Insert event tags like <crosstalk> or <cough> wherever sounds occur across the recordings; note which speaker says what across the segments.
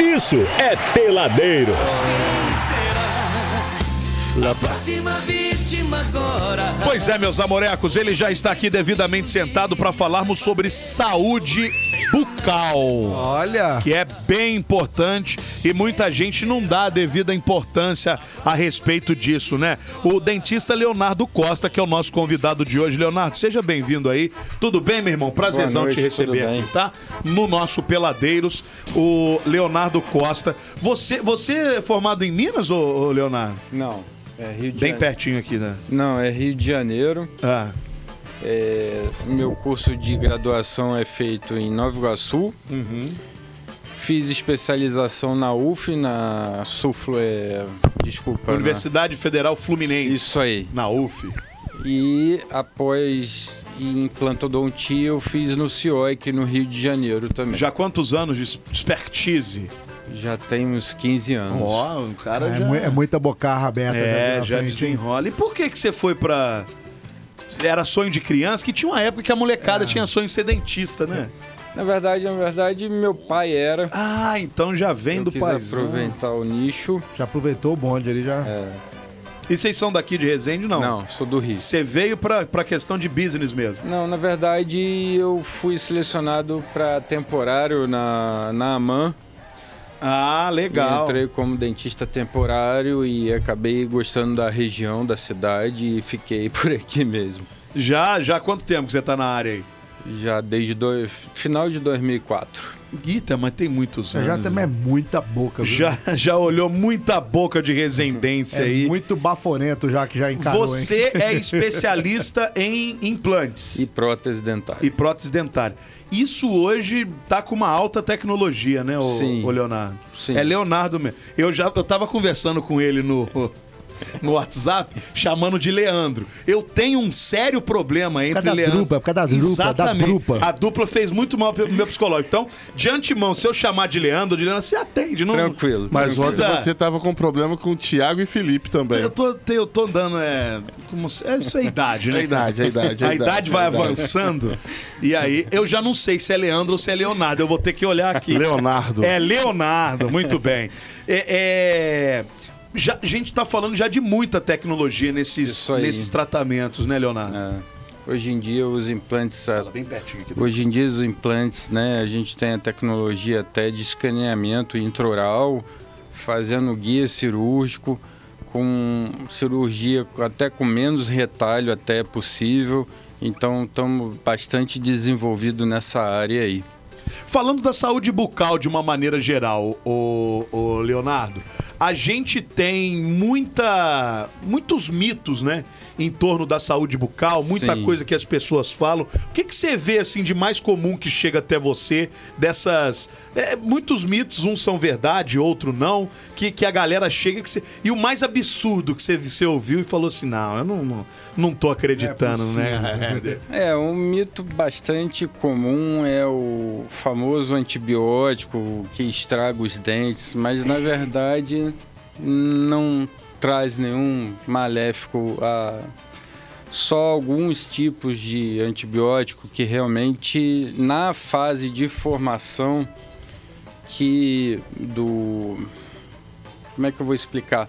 Speaker 1: isso é Peladeiros.
Speaker 2: Quem será a próxima vítima agora?
Speaker 3: Pois é, meus amorecos, ele já está aqui devidamente sentado para falarmos sobre saúde bucal,
Speaker 4: Olha.
Speaker 3: que é bem importante e muita gente não dá a devida importância a respeito disso, né? O dentista Leonardo Costa, que é o nosso convidado de hoje. Leonardo, seja bem-vindo aí. Tudo bem, meu irmão? Prazerzão
Speaker 5: noite,
Speaker 3: te receber
Speaker 5: tudo bem.
Speaker 3: aqui, tá? No nosso Peladeiros, o Leonardo Costa. Você, você é formado em Minas, ô, ô Leonardo?
Speaker 5: Não, é Rio de
Speaker 3: Bem
Speaker 5: Jane-
Speaker 3: pertinho aqui, né?
Speaker 5: Não, é Rio de Janeiro.
Speaker 3: Ah,
Speaker 5: É, o meu curso de graduação é feito em Nova Iguaçu.
Speaker 3: Uhum.
Speaker 5: Fiz especialização na UF, na Suflo, é, desculpa. na-
Speaker 3: Universidade Federal Fluminense.
Speaker 5: Isso aí.
Speaker 3: Na UF.
Speaker 5: E após implantodontia, eu fiz no CIOI, aqui é no Rio de Janeiro também.
Speaker 3: Já há quantos anos de expertise?
Speaker 5: Já tem uns 15 anos.
Speaker 3: o cara
Speaker 4: É, mu- é muita bocarra aberta né, ali
Speaker 3: É,
Speaker 4: na
Speaker 3: já
Speaker 4: frente, hein?
Speaker 3: desenrola. E por que que você foi pra... Era sonho de criança? Que tinha uma época que a
Speaker 4: É.
Speaker 3: molecada tinha sonho de ser dentista, né?
Speaker 5: Na verdade, na verdade, meu pai era.
Speaker 3: Ah, então já vem
Speaker 5: Eu
Speaker 3: do
Speaker 5: quis
Speaker 3: país.
Speaker 5: aproveitar o nicho.
Speaker 4: Já aproveitou o bonde ali, já.
Speaker 3: E vocês são daqui de Resende? Não.
Speaker 5: Não, sou do Rio.
Speaker 3: Você veio pra, pra questão de business mesmo.
Speaker 5: Não, na verdade eu fui selecionado para temporário na, na AMAN.
Speaker 3: Ah,
Speaker 5: E
Speaker 3: legal.
Speaker 5: Entrei como dentista temporário e acabei gostando da região, da cidade e fiquei <laughs> por aqui mesmo.
Speaker 3: Já, já há quanto tempo que você tá na área aí?
Speaker 5: Já desde dois, final de 2004.
Speaker 3: Guita, mas tem muitos
Speaker 4: já também é muita boca, viu?
Speaker 3: Já, já olhou muita boca de
Speaker 4: <laughs> é
Speaker 3: resendência aí.
Speaker 4: muito baforento já que já encarou, Tá hein?
Speaker 3: Você
Speaker 4: <laughs>
Speaker 3: é especialista em implantes
Speaker 5: E
Speaker 3: e,
Speaker 5: prótese dentária.
Speaker 3: prótese dentária. Isso hoje tá com uma alta tecnologia, né, o,
Speaker 5: Sim.
Speaker 3: Leonardo?
Speaker 5: Sim.
Speaker 3: É Leonardo mesmo. Eu já eu tava conversando com ele no <laughs> no WhatsApp, chamando de Leandro. Eu tenho um sério problema entre
Speaker 4: causa da
Speaker 3: Leandro.
Speaker 4: drupa, é por causa da drupa, da
Speaker 3: Exatamente.
Speaker 4: drupa.
Speaker 3: A dupla fez muito mal pro meu psicológico. Então, de antemão, se eu chamar de Leandro, de Leandro, você atende, não?
Speaker 5: Tranquilo.
Speaker 6: Mas
Speaker 3: Não
Speaker 6: ontem
Speaker 3: precisa-
Speaker 6: você tava com problema com o Thiago e Felipe também.
Speaker 3: Eu tô, te- eu tô andando, é. Como, se- é isso é idade, né?
Speaker 6: É idade, é idade, é
Speaker 3: a idade
Speaker 6: idade, é
Speaker 3: vai
Speaker 6: idade.
Speaker 3: avançando. E aí, eu já não sei se é Leandro ou se é Leonardo. Eu vou ter que olhar aqui.
Speaker 6: Leonardo.
Speaker 3: É Leonardo, muito bem. É. é, Já, a gente tá falando já de muita tecnologia nesses,
Speaker 5: Isso aí.
Speaker 3: nesses tratamentos, né, Leonardo?
Speaker 5: É. Hoje em dia os implantes a-
Speaker 3: Bem pertinho aqui. do-
Speaker 5: Hoje em dia os implantes, né, a gente tem a tecnologia até de escaneamento intraoral, fazendo guia cirúrgico, com cirurgia até com menos retalho até possível. Então estamos bastante desenvolvidos nessa área aí.
Speaker 3: Falando da saúde bucal de uma maneira geral, o, Leonardo, a gente tem muita, muitos mitos, né, em torno da saúde bucal, muita
Speaker 5: Sim.
Speaker 3: coisa que as pessoas falam. O que, que você vê assim de mais comum que chega até você dessas é, muitos mitos, uns são verdade, outro não, que, que a galera chega que você, e o mais absurdo que você, você ouviu e falou assim, não, eu não não, não tô acreditando, né?
Speaker 5: É, um mito bastante comum é o famoso antibiótico que estraga os dentes, mas na verdade não traz nenhum maléfico a só alguns tipos de antibiótico que realmente na fase de formação que do como é que eu vou explicar?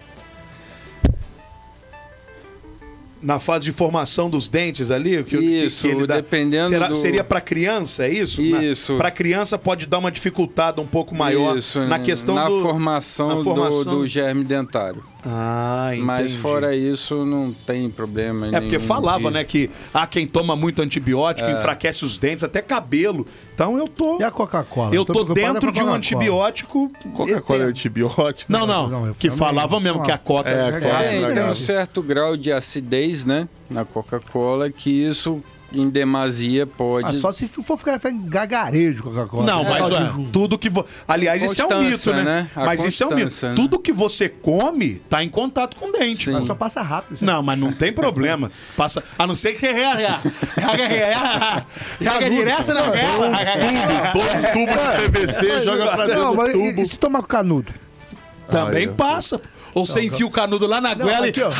Speaker 3: na fase de formação dos dentes ali? o Que,
Speaker 5: Isso, dependendo
Speaker 3: será,
Speaker 5: do-
Speaker 3: Seria para criança, é isso?
Speaker 5: Isso.
Speaker 3: Para criança pode dar uma dificuldade um pouco maior
Speaker 5: Isso,
Speaker 3: na questão
Speaker 5: na
Speaker 3: do...
Speaker 5: formação,
Speaker 3: na
Speaker 5: do-
Speaker 3: formação.
Speaker 5: do germe dentário.
Speaker 3: Ah, entendi.
Speaker 5: Mas fora isso, não tem problema
Speaker 3: É porque falava, né, que ah, quem toma muito antibiótico
Speaker 5: É.
Speaker 3: enfraquece os dentes, até cabelo. Então eu tô...
Speaker 4: E a Coca-Cola?
Speaker 3: Eu tô
Speaker 4: preocupado é
Speaker 3: dentro
Speaker 4: com a
Speaker 3: de um
Speaker 4: Coca-Cola.
Speaker 3: antibiótico...
Speaker 6: Coca-Cola é
Speaker 3: eterno.
Speaker 6: antibiótico.
Speaker 3: Não, não,
Speaker 4: Não, eu
Speaker 3: que
Speaker 4: também.
Speaker 3: falava mesmo
Speaker 4: Não.
Speaker 3: que a Coca...
Speaker 6: É,
Speaker 4: É,
Speaker 6: Coca.
Speaker 5: É,
Speaker 4: é,
Speaker 3: assim,
Speaker 5: tem um
Speaker 4: verdade.
Speaker 5: certo grau de acidez, né, na Coca-Cola, que isso em demasia pode...
Speaker 4: Ah, só se for ficar fazendo gagarejo com a Coca-Cola. É,
Speaker 3: Não, mas
Speaker 4: Só
Speaker 3: ué,
Speaker 4: de-
Speaker 3: tudo que. vo- Aliás, isso é um mito,
Speaker 5: Constância,
Speaker 3: né?
Speaker 5: né? A
Speaker 3: Mas isso é um mito.
Speaker 5: constância, né?
Speaker 3: Tudo que você come tá em contato com o dente.
Speaker 5: Sim.
Speaker 4: mas só passa rápido. isso é-
Speaker 3: Não, mas não tem problema. Passa, a não ser que joga direto na guerra.
Speaker 6: Põe um tubo de PVC, joga pra
Speaker 4: É.
Speaker 6: dentro
Speaker 4: Não,
Speaker 6: do
Speaker 4: mas e,
Speaker 6: tubo.
Speaker 4: e se tomar com canudo?
Speaker 3: Também
Speaker 6: Olha.
Speaker 3: passa. Ou você enfia o canudo lá na
Speaker 4: Não,
Speaker 3: goela e...
Speaker 4: aqui, ó.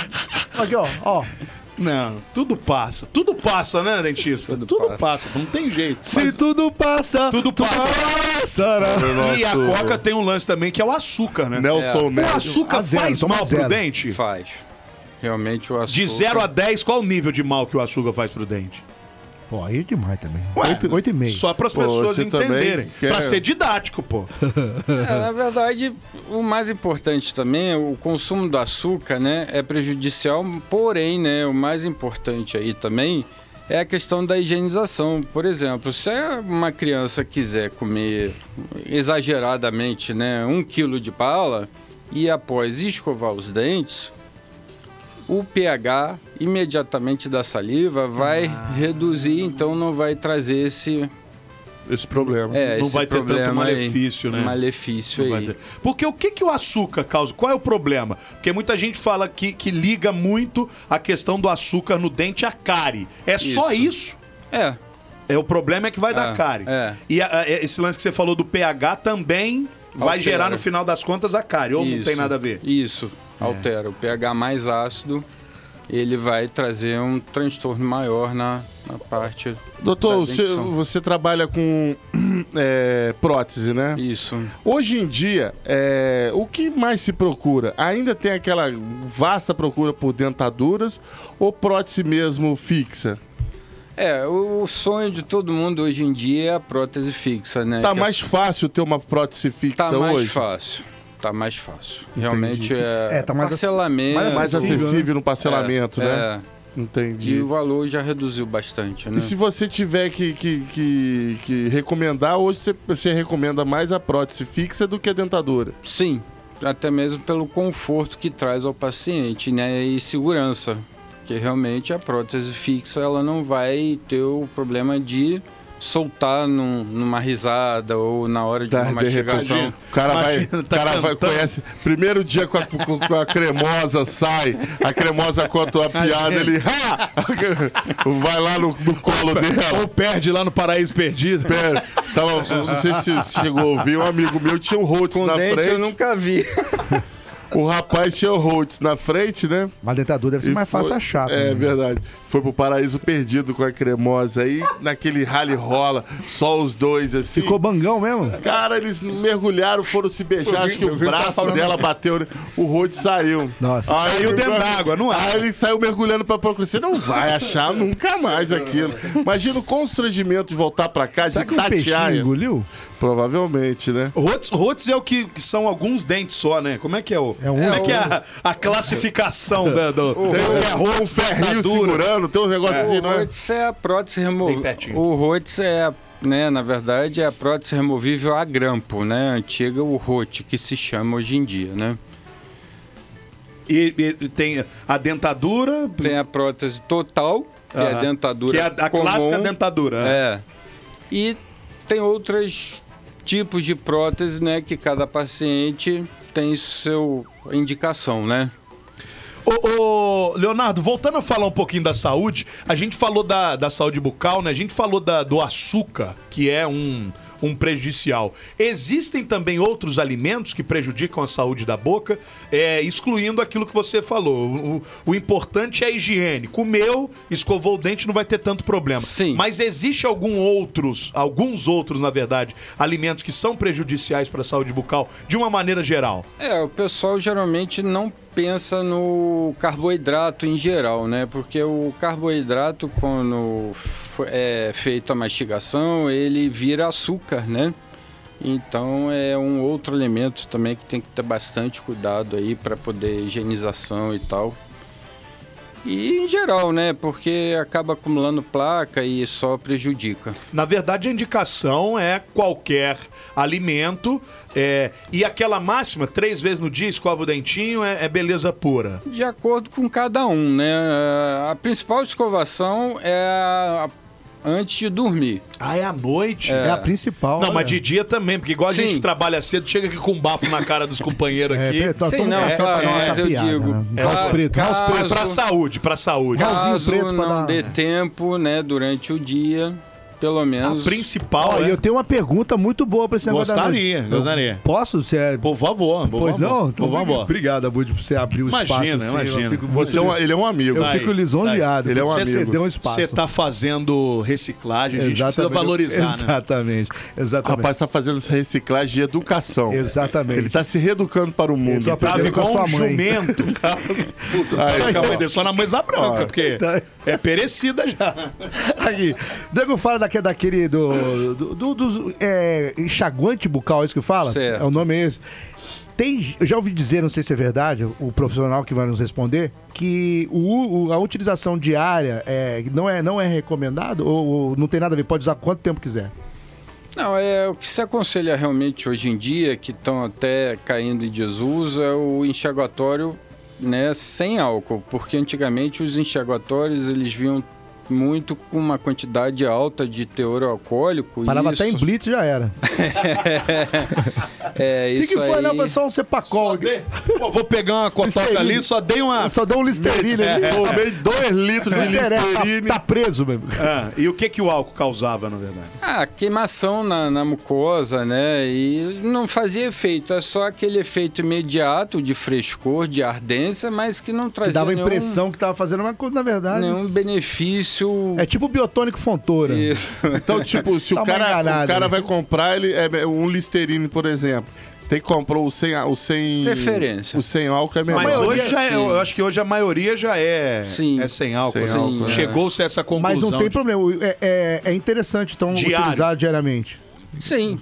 Speaker 4: Aqui, ó. ó.
Speaker 3: Não, tudo passa. Tudo passa, né, dentista? Tudo,
Speaker 5: Tudo
Speaker 3: passa.
Speaker 5: passa.
Speaker 3: não tem jeito.
Speaker 7: Se tudo passa,
Speaker 3: Tudo passa.
Speaker 7: Sara.
Speaker 3: E a Coca tem um lance também, que é o açúcar, né?
Speaker 4: É.
Speaker 6: Nelson
Speaker 3: O
Speaker 6: Neto.
Speaker 3: açúcar
Speaker 4: A zero,
Speaker 3: faz
Speaker 4: toma
Speaker 3: mal pro
Speaker 4: zero.
Speaker 3: dente?
Speaker 5: Faz. Realmente o açúcar.
Speaker 3: De 0 a 10, qual o nível de mal que o açúcar faz pro dente?
Speaker 4: Pô, aí é demais também.
Speaker 3: Ué,
Speaker 4: Oito, oito e meio.
Speaker 3: Só para as
Speaker 6: Pô,
Speaker 3: pessoas
Speaker 6: você também
Speaker 3: entenderem.
Speaker 6: quer-
Speaker 3: Pra ser didático, pô.
Speaker 5: É, na verdade, o mais importante também, é o consumo do açúcar, né, é prejudicial, porém, né, o mais importante aí também é a questão da higienização. Por exemplo, se é uma criança quiser comer exageradamente, né, um quilo de bala e após escovar os dentes, o pH imediatamente da saliva vai
Speaker 3: Ah.
Speaker 5: reduzir, então não vai trazer esse
Speaker 6: Esse problema.
Speaker 5: é,
Speaker 3: Não
Speaker 5: esse
Speaker 3: vai ter tanto
Speaker 5: problema aí.
Speaker 3: malefício, né?
Speaker 5: Malefício
Speaker 3: Vai
Speaker 5: aí.
Speaker 3: ter. Porque o que, que o açúcar causa? Qual é o problema? Porque muita gente fala que, que liga muito a questão do açúcar no dente à cárie. É só isso.
Speaker 5: É,
Speaker 3: É o problema é que vai dar
Speaker 5: É,
Speaker 3: cárie.
Speaker 5: é.
Speaker 3: E a- a- esse lance que você falou do pH também vai
Speaker 5: Altera.
Speaker 3: gerar no final das contas a cárie. Ou não
Speaker 5: isso.
Speaker 3: tem nada a
Speaker 5: <laughs>
Speaker 3: ver. É.
Speaker 5: Isso, altera. O pH mais ácido, ele vai trazer um transtorno maior na, na parte.
Speaker 6: Doutor,
Speaker 5: da
Speaker 6: você,
Speaker 5: dentição.
Speaker 6: você trabalha com <clears throat> é, prótese, né?
Speaker 5: Isso.
Speaker 6: Hoje em dia, é, o que mais se procura? Ainda tem aquela vasta procura por dentaduras ou prótese mesmo fixa?
Speaker 5: É, o o sonho de todo mundo hoje em dia é a prótese fixa, né?
Speaker 6: Tá
Speaker 5: Que
Speaker 6: mais
Speaker 5: é-
Speaker 6: fácil ter uma prótese fixa
Speaker 5: tá mais
Speaker 6: hoje?
Speaker 5: fácil. Tá mais fácil. Realmente é,
Speaker 4: É, tá mais ac-
Speaker 5: parcelamento.
Speaker 4: mais
Speaker 6: Mais
Speaker 4: Acessível,
Speaker 6: acessível no parcelamento,
Speaker 5: é,
Speaker 6: né?
Speaker 5: É, e
Speaker 6: Entendi.
Speaker 5: o valor já reduziu bastante, né?
Speaker 6: E se você tiver que, que, que, que recomendar, hoje você, você recomenda mais a prótese fixa do que a dentadura.
Speaker 5: Sim, até mesmo pelo conforto que traz ao paciente, né? E segurança. Porque realmente a prótese fixa ela não vai ter o problema de soltar num- numa risada ou na hora de
Speaker 6: Tá,
Speaker 5: uma
Speaker 6: de repente,
Speaker 5: mastigação.
Speaker 6: o cara vai,
Speaker 3: Imagina,
Speaker 6: o
Speaker 3: tá
Speaker 6: cara vai
Speaker 3: cantando.
Speaker 6: conhece. Primeiro dia com a, com- com a cremosa sai, a cremosa conta uma piada, ele "Ha!" vai lá no, no colo dela.
Speaker 3: perde lá no Paraíso Perdido.
Speaker 6: Pera, tava, não sei se se chegou a ouvir, um amigo meu tinha um Holtz
Speaker 5: Com
Speaker 6: na
Speaker 5: dente
Speaker 6: frente.
Speaker 5: eu nunca vi.
Speaker 6: O rapaz tinha o Holtz na frente, né?
Speaker 4: Mas dentadura deve ser
Speaker 6: E
Speaker 4: mais fácil
Speaker 6: foi-
Speaker 4: achar. né?
Speaker 6: É
Speaker 4: também.
Speaker 6: verdade. Foi pro paraíso perdido com a cremosa. Aí naquele rally rola, só os dois assim.
Speaker 4: Ficou bangão mesmo?
Speaker 6: Cara, eles mergulharam, foram se beijar. Acho que o braço dela bateu. né? O Rod saiu.
Speaker 4: Nossa.
Speaker 6: Aí
Speaker 3: assim. Saiu dentro d'água, não
Speaker 6: Aí ele saiu mergulhando pra procurar. Você não vai achar nunca mais aquilo. Imagina o constrangimento de voltar pra cá
Speaker 4: Será
Speaker 6: de
Speaker 4: que um peixinho
Speaker 6: Tatiaia.
Speaker 4: engoliu?
Speaker 6: Provavelmente, né?
Speaker 3: Rotes, rotes é o que que são alguns dentes só, né? Como é que é o.
Speaker 4: É um
Speaker 3: como é
Speaker 4: único.
Speaker 3: que é a, a classificação da, do.
Speaker 6: Tem um Rhodes ferrinho segurando, tem um negócio assim,
Speaker 5: O
Speaker 6: não é?
Speaker 5: Rhodes é a prótese
Speaker 3: Bem
Speaker 5: removível.
Speaker 3: pertinho.
Speaker 5: O Rhodes é, a- né, na verdade, é a prótese removível a grampo, né? Antiga o Rhodes, que se chama hoje em dia, né?
Speaker 3: E, e tem a dentadura.
Speaker 5: Tem a prótese total, que é a
Speaker 3: Aham.
Speaker 5: dentadura
Speaker 3: Que é a, a
Speaker 5: comum.
Speaker 3: clássica dentadura.
Speaker 5: É. E tem outros tipos de prótese, né, que cada paciente tem seu indicação, né?
Speaker 3: Ô, ô, Leonardo, voltando a falar um pouquinho da saúde, a gente falou da, da saúde bucal, né? A gente falou da- do açúcar, que é um, um prejudicial. Existem também outros alimentos que prejudicam a saúde da boca, é, excluindo aquilo que você falou. O, o importante é a higiene. Comeu, escovou o dente, não vai ter tanto problema.
Speaker 5: Sim.
Speaker 3: Mas existe algum outros, alguns outros, na verdade, alimentos que são prejudiciais para a saúde bucal, de uma maneira geral.
Speaker 5: É, o pessoal geralmente não pensa no carboidrato em geral, né? Porque o carboidrato, quando f- é feito a mastigação, ele vira açúcar, né? Então é um outro elemento também que tem que ter bastante cuidado aí para poder higienização e tal. E em geral, né? Porque acaba acumulando placa e só prejudica.
Speaker 3: Na verdade, a indicação é qualquer alimento. é, e aquela máxima, três vezes no dia, escova o dentinho, é, é beleza pura.
Speaker 5: De acordo com cada um, né? A principal escovação é a- antes de dormir.
Speaker 3: Ah, é à noite?
Speaker 4: É, a principal.
Speaker 3: Não,
Speaker 4: né?
Speaker 3: mas de dia também, porque igual a gente
Speaker 5: Sim.
Speaker 3: que trabalha cedo, chega aqui com um bafo na cara dos companheiros
Speaker 4: <laughs> É,
Speaker 3: aqui.
Speaker 4: Beto,
Speaker 5: Sim,
Speaker 4: toma
Speaker 5: não,
Speaker 4: café
Speaker 5: é
Speaker 4: pra
Speaker 5: claro,
Speaker 4: dar uma
Speaker 5: mas eu
Speaker 4: tapeada,
Speaker 5: digo,
Speaker 4: né?
Speaker 5: é,
Speaker 4: Caos preto, caos
Speaker 5: caso-
Speaker 4: preto. Ah,
Speaker 3: Pra saúde, pra saúde.
Speaker 4: Caso- Pauzinho
Speaker 5: Caso
Speaker 4: preto pra
Speaker 5: não
Speaker 4: dar-
Speaker 5: dê tempo, né, durante o né, dia, pelo
Speaker 3: A
Speaker 5: menos.
Speaker 3: principal
Speaker 4: Ó,
Speaker 3: é...
Speaker 4: eu tenho uma pergunta muito boa pra esse negócio da
Speaker 3: Gostaria,
Speaker 4: noite.
Speaker 3: gostaria.
Speaker 4: Posso? Você é...
Speaker 3: Por favor, por
Speaker 4: pois
Speaker 3: favor,
Speaker 4: não? Então
Speaker 3: Por favor.
Speaker 4: Obrigado, Abud, por você abrir o espaço.
Speaker 3: Imagina,
Speaker 4: assim,
Speaker 3: imagina.
Speaker 4: Eu fico,
Speaker 6: Você é um- ele é um amigo.
Speaker 4: eu
Speaker 3: Tá
Speaker 4: fico
Speaker 3: aí,
Speaker 4: lisonjeado.
Speaker 6: tá aí. Ele é um
Speaker 4: você
Speaker 6: amigo.
Speaker 4: cedeu um espaço.
Speaker 3: Você tá fazendo reciclagem, a gente precisa
Speaker 4: Exatamente.
Speaker 3: valorizar, né?
Speaker 4: Exatamente.
Speaker 6: O
Speaker 4: Exatamente.
Speaker 6: rapaz tá fazendo essa reciclagem de educação.
Speaker 4: Exatamente.
Speaker 6: Ele tá se reeducando para o mundo.
Speaker 4: Ele tá
Speaker 3: Tava
Speaker 4: aprendendo com a
Speaker 3: igual um
Speaker 4: sua mãe. <laughs> um
Speaker 3: jumento. Ah, Tava- Puta,
Speaker 6: Aí,
Speaker 3: tava
Speaker 6: ó.
Speaker 3: com a só na mesa branca, porque
Speaker 4: tá.
Speaker 3: é perecida
Speaker 4: <laughs>
Speaker 3: já.
Speaker 4: Aqui. Nego fala daque, daquele do. do, do- dos, é, enxaguante bucal, é isso que fala?
Speaker 5: Certo.
Speaker 4: É o nome é esse. Tem, eu já ouvi dizer, não sei se é verdade, o profissional que vai nos responder, que o, o- a utilização diária é, não, é, não é recomendado ou, ou não tem nada a ver? Pode usar quanto tempo quiser.
Speaker 5: Não, é o que se aconselha realmente hoje em dia, que estão até caindo em desuso, é o enxaguatório né, sem álcool, porque antigamente os enxaguatórios eles vinham muito com uma quantidade alta de teor alcoólico. e
Speaker 4: Parava
Speaker 5: isso-
Speaker 4: até em blitz já era.
Speaker 5: É,
Speaker 4: O que,
Speaker 5: isso
Speaker 4: que foi?
Speaker 5: aí...
Speaker 4: Não, foi só um cepacol.
Speaker 3: Pô, vou pegar uma cotoca ali, só dei uma.
Speaker 4: Só deu um listerine ali.
Speaker 6: Tomei dois litros de
Speaker 4: Não interessa,
Speaker 6: Listerine.
Speaker 4: Tá, tá preso mesmo.
Speaker 3: Ah, e o que, que o álcool causava, na verdade?
Speaker 5: Ah, queimação na, na mucosa, né? E não fazia efeito, é só aquele efeito imediato de frescor, de ardência, mas é um que não
Speaker 4: Que
Speaker 5: trazia
Speaker 4: dava a
Speaker 5: nenhum,
Speaker 4: impressão que tava fazendo uma coisa, na verdade.
Speaker 5: nenhum benefício.
Speaker 4: É tipo o biotônico Fontoura.
Speaker 5: Isso.
Speaker 6: Então, tipo, se
Speaker 4: Tá
Speaker 6: o cara,
Speaker 4: enganado,
Speaker 6: o cara
Speaker 4: né?
Speaker 6: vai comprar ele, é, um Listerine, por exemplo. Tem que comprar o sem... a- O sem
Speaker 5: Preferência.
Speaker 6: O sem álcool é melhor.
Speaker 3: Mas
Speaker 4: maioria-
Speaker 3: hoje já é, eu acho que hoje a maioria já é,
Speaker 5: Sim.
Speaker 3: é sem álcool.
Speaker 6: Sem
Speaker 3: né?
Speaker 5: álcool, é.
Speaker 3: Chegou-se a essa conclusão.
Speaker 4: Mas não tem
Speaker 3: de-
Speaker 4: problema. É, é- é interessante, então,
Speaker 3: Diário.
Speaker 4: utilizar diariamente.
Speaker 5: <laughs> Sim.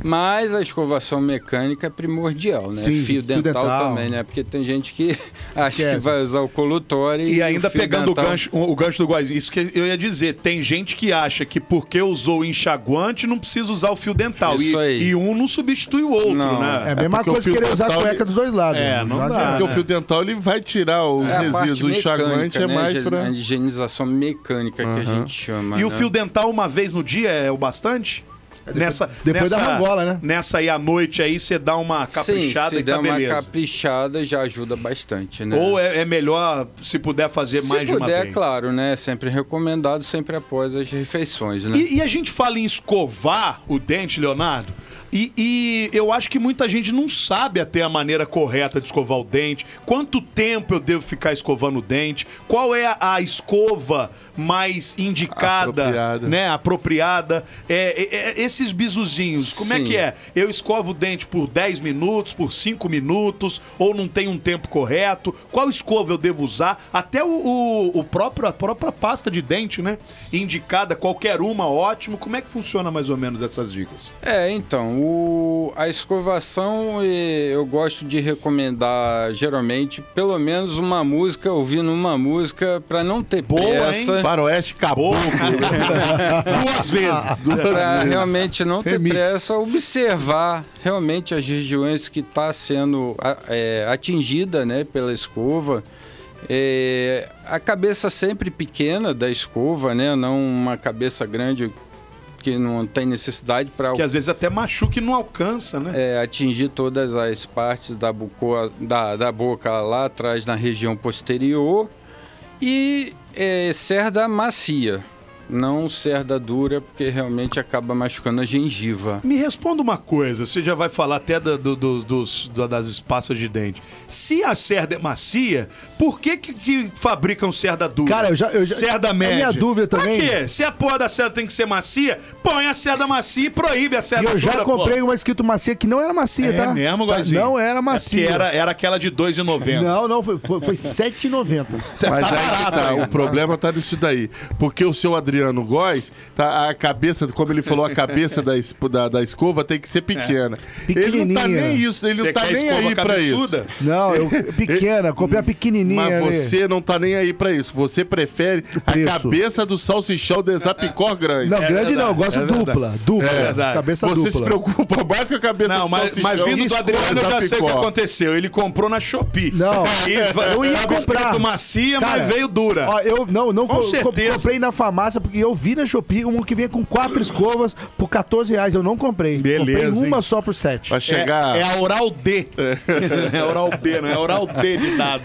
Speaker 5: Mas a escovação mecânica é primordial, né?
Speaker 4: Sim,
Speaker 5: fio
Speaker 4: fio
Speaker 5: dental,
Speaker 4: dental.
Speaker 5: também, né? Porque tem gente que <laughs> acha
Speaker 4: Esquece.
Speaker 5: que vai usar o colutório e,
Speaker 3: E ainda
Speaker 5: o fio
Speaker 3: pegando o
Speaker 5: dental-
Speaker 3: gancho, o gancho do Guaz, isso que eu ia dizer, tem gente que acha que porque usou o enxaguante não precisa usar o fio dental.
Speaker 5: Isso
Speaker 3: e,
Speaker 5: aí.
Speaker 3: e um não substitui o outro,
Speaker 5: Não.
Speaker 4: É a
Speaker 3: né?
Speaker 4: mesma
Speaker 6: porque o
Speaker 4: coisa que
Speaker 6: fio
Speaker 4: querer usar a
Speaker 6: dental,
Speaker 4: cueca
Speaker 6: ele-
Speaker 4: dos dois lados.
Speaker 3: É, não dá,
Speaker 4: adianta.
Speaker 6: Porque o fio dental ele vai tirar os
Speaker 5: É a
Speaker 6: resíduos.
Speaker 5: parte
Speaker 6: O
Speaker 5: mecânica,
Speaker 6: enxaguante é
Speaker 5: né?
Speaker 6: mais
Speaker 5: Higiene-
Speaker 6: pra...
Speaker 5: A higienização mecânica que a gente chama.
Speaker 3: E o
Speaker 5: né?
Speaker 3: fio dental uma vez no dia é o bastante? nessa,
Speaker 4: É, depois
Speaker 3: nessa,
Speaker 4: da rangola, né?
Speaker 3: Nessa aí à noite aí você dá uma caprichada
Speaker 5: Sim, se
Speaker 3: e
Speaker 5: der
Speaker 3: tá beleza.
Speaker 5: uma caprichada já ajuda bastante, né?
Speaker 3: Ou é, é melhor se puder fazer
Speaker 5: se
Speaker 3: mais de uma
Speaker 5: puder,
Speaker 3: vez?
Speaker 5: claro, né? Sempre recomendado, sempre após as refeições, né?
Speaker 3: E, e a gente fala em escovar o dente, Leonardo. E, e eu acho que muita gente não sabe até a maneira correta de escovar o dente. Quanto tempo eu devo ficar escovando o dente? Qual é a, a escova mais indicada,
Speaker 6: Apropriada.
Speaker 3: né? Apropriada. É, é, é, esses bizuzinhos, como é
Speaker 5: Sim.
Speaker 3: que é? Eu escovo o dente por 10 minutos, por 5 minutos, ou não tem um tempo correto? Qual escova eu devo usar? Até o, o, o próprio, a própria pasta de dente, né? Indicada, qualquer uma, ótimo. Como é que funciona mais ou menos essas dicas?
Speaker 5: É, então, o- a escovação eh, eu gosto de recomendar geralmente pelo menos uma música, ouvindo uma música para não ter
Speaker 3: Boa, hein?
Speaker 5: pressa,
Speaker 6: Faroeste caboclo. <laughs>
Speaker 3: Duas
Speaker 6: Ah,
Speaker 3: vezes.
Speaker 5: para realmente não ter
Speaker 4: Remix.
Speaker 5: pressa, observar realmente as regiões que está sendo a- é, atingida, né, pela escova. É, a cabeça sempre pequena da escova, né, não uma cabeça grande que não tem necessidade para
Speaker 3: Que às vezes até machuca e não alcança, né?
Speaker 5: é, atingir todas as partes da, buco- da- da boca lá atrás, na região posterior. E é, cerda macia, não cerda dura, porque realmente acaba machucando a gengiva.
Speaker 3: Me responda uma coisa, você já vai falar até da- do- do- dos- da- das espaças de dente. Se a cerda é macia, por que que, que fabricam cerda dura?
Speaker 4: Cara, eu já- eu já-
Speaker 3: cerda
Speaker 4: é
Speaker 3: média.
Speaker 4: minha dúvida
Speaker 3: Pra
Speaker 4: também.
Speaker 3: quê? Se a porra da cerda tem que ser macia, põe a cerda macia e proíbe a
Speaker 4: E
Speaker 3: cerda
Speaker 4: eu já
Speaker 3: dura,
Speaker 4: comprei
Speaker 3: pô.
Speaker 4: uma escrito macia que não era macia, tá?
Speaker 3: É mesmo,
Speaker 4: Tá?
Speaker 3: Guazinho?
Speaker 4: Não era
Speaker 3: É
Speaker 4: macia.
Speaker 3: porque era, era aquela de 2,90.
Speaker 4: Não, não, foi, foi, foi 7,90.
Speaker 6: Mas aí que tá, o problema tá nisso daí. Porque o seu Adriano Góes, tá, a cabeça, como ele falou, a cabeça da, es- da, da escova tem que ser pequena. Ele não tá
Speaker 4: Pequenininha.
Speaker 6: nem isso, ele
Speaker 3: Você
Speaker 6: não tá
Speaker 3: quer
Speaker 6: nem
Speaker 3: escova
Speaker 6: aí pra isso.
Speaker 3: cabeçuda?
Speaker 4: Não, eu pequena, comprei a pequenininha
Speaker 6: Mas
Speaker 4: ali.
Speaker 6: você não tá nem aí pra isso. Você prefere a
Speaker 4: preço.
Speaker 6: cabeça do salsichão de
Speaker 4: <laughs>
Speaker 6: Zapicó grande.
Speaker 4: Não, grande não, eu gosto dupla, dupla,
Speaker 6: verdade.
Speaker 4: cabeça
Speaker 6: Você se
Speaker 4: dupla.
Speaker 6: preocupa mais com a cabeça
Speaker 3: Não,
Speaker 6: do
Speaker 3: mas,
Speaker 6: salsichão.
Speaker 3: mas vindo do
Speaker 6: Escolha
Speaker 3: Adriano, eu já sei o que
Speaker 6: Zapicó.
Speaker 3: aconteceu. Ele comprou na Shopee.
Speaker 4: Não,
Speaker 3: E
Speaker 4: eu ia
Speaker 3: tava escrito
Speaker 4: comprar.
Speaker 3: um macia,
Speaker 4: Cara,
Speaker 3: mas veio dura.
Speaker 4: Ó, eu não, não
Speaker 3: Com
Speaker 4: co- co-
Speaker 3: certeza.
Speaker 4: comprei na farmácia e eu vi na Shopee uma que vinha com quatro escovas por 14 reais. Eu não comprei.
Speaker 6: Beleza,
Speaker 4: Comprei uma
Speaker 6: hein?
Speaker 4: só por 7.
Speaker 6: Pra chegar.
Speaker 3: É, é a oral D. é a oral B, não é a oral D de dado.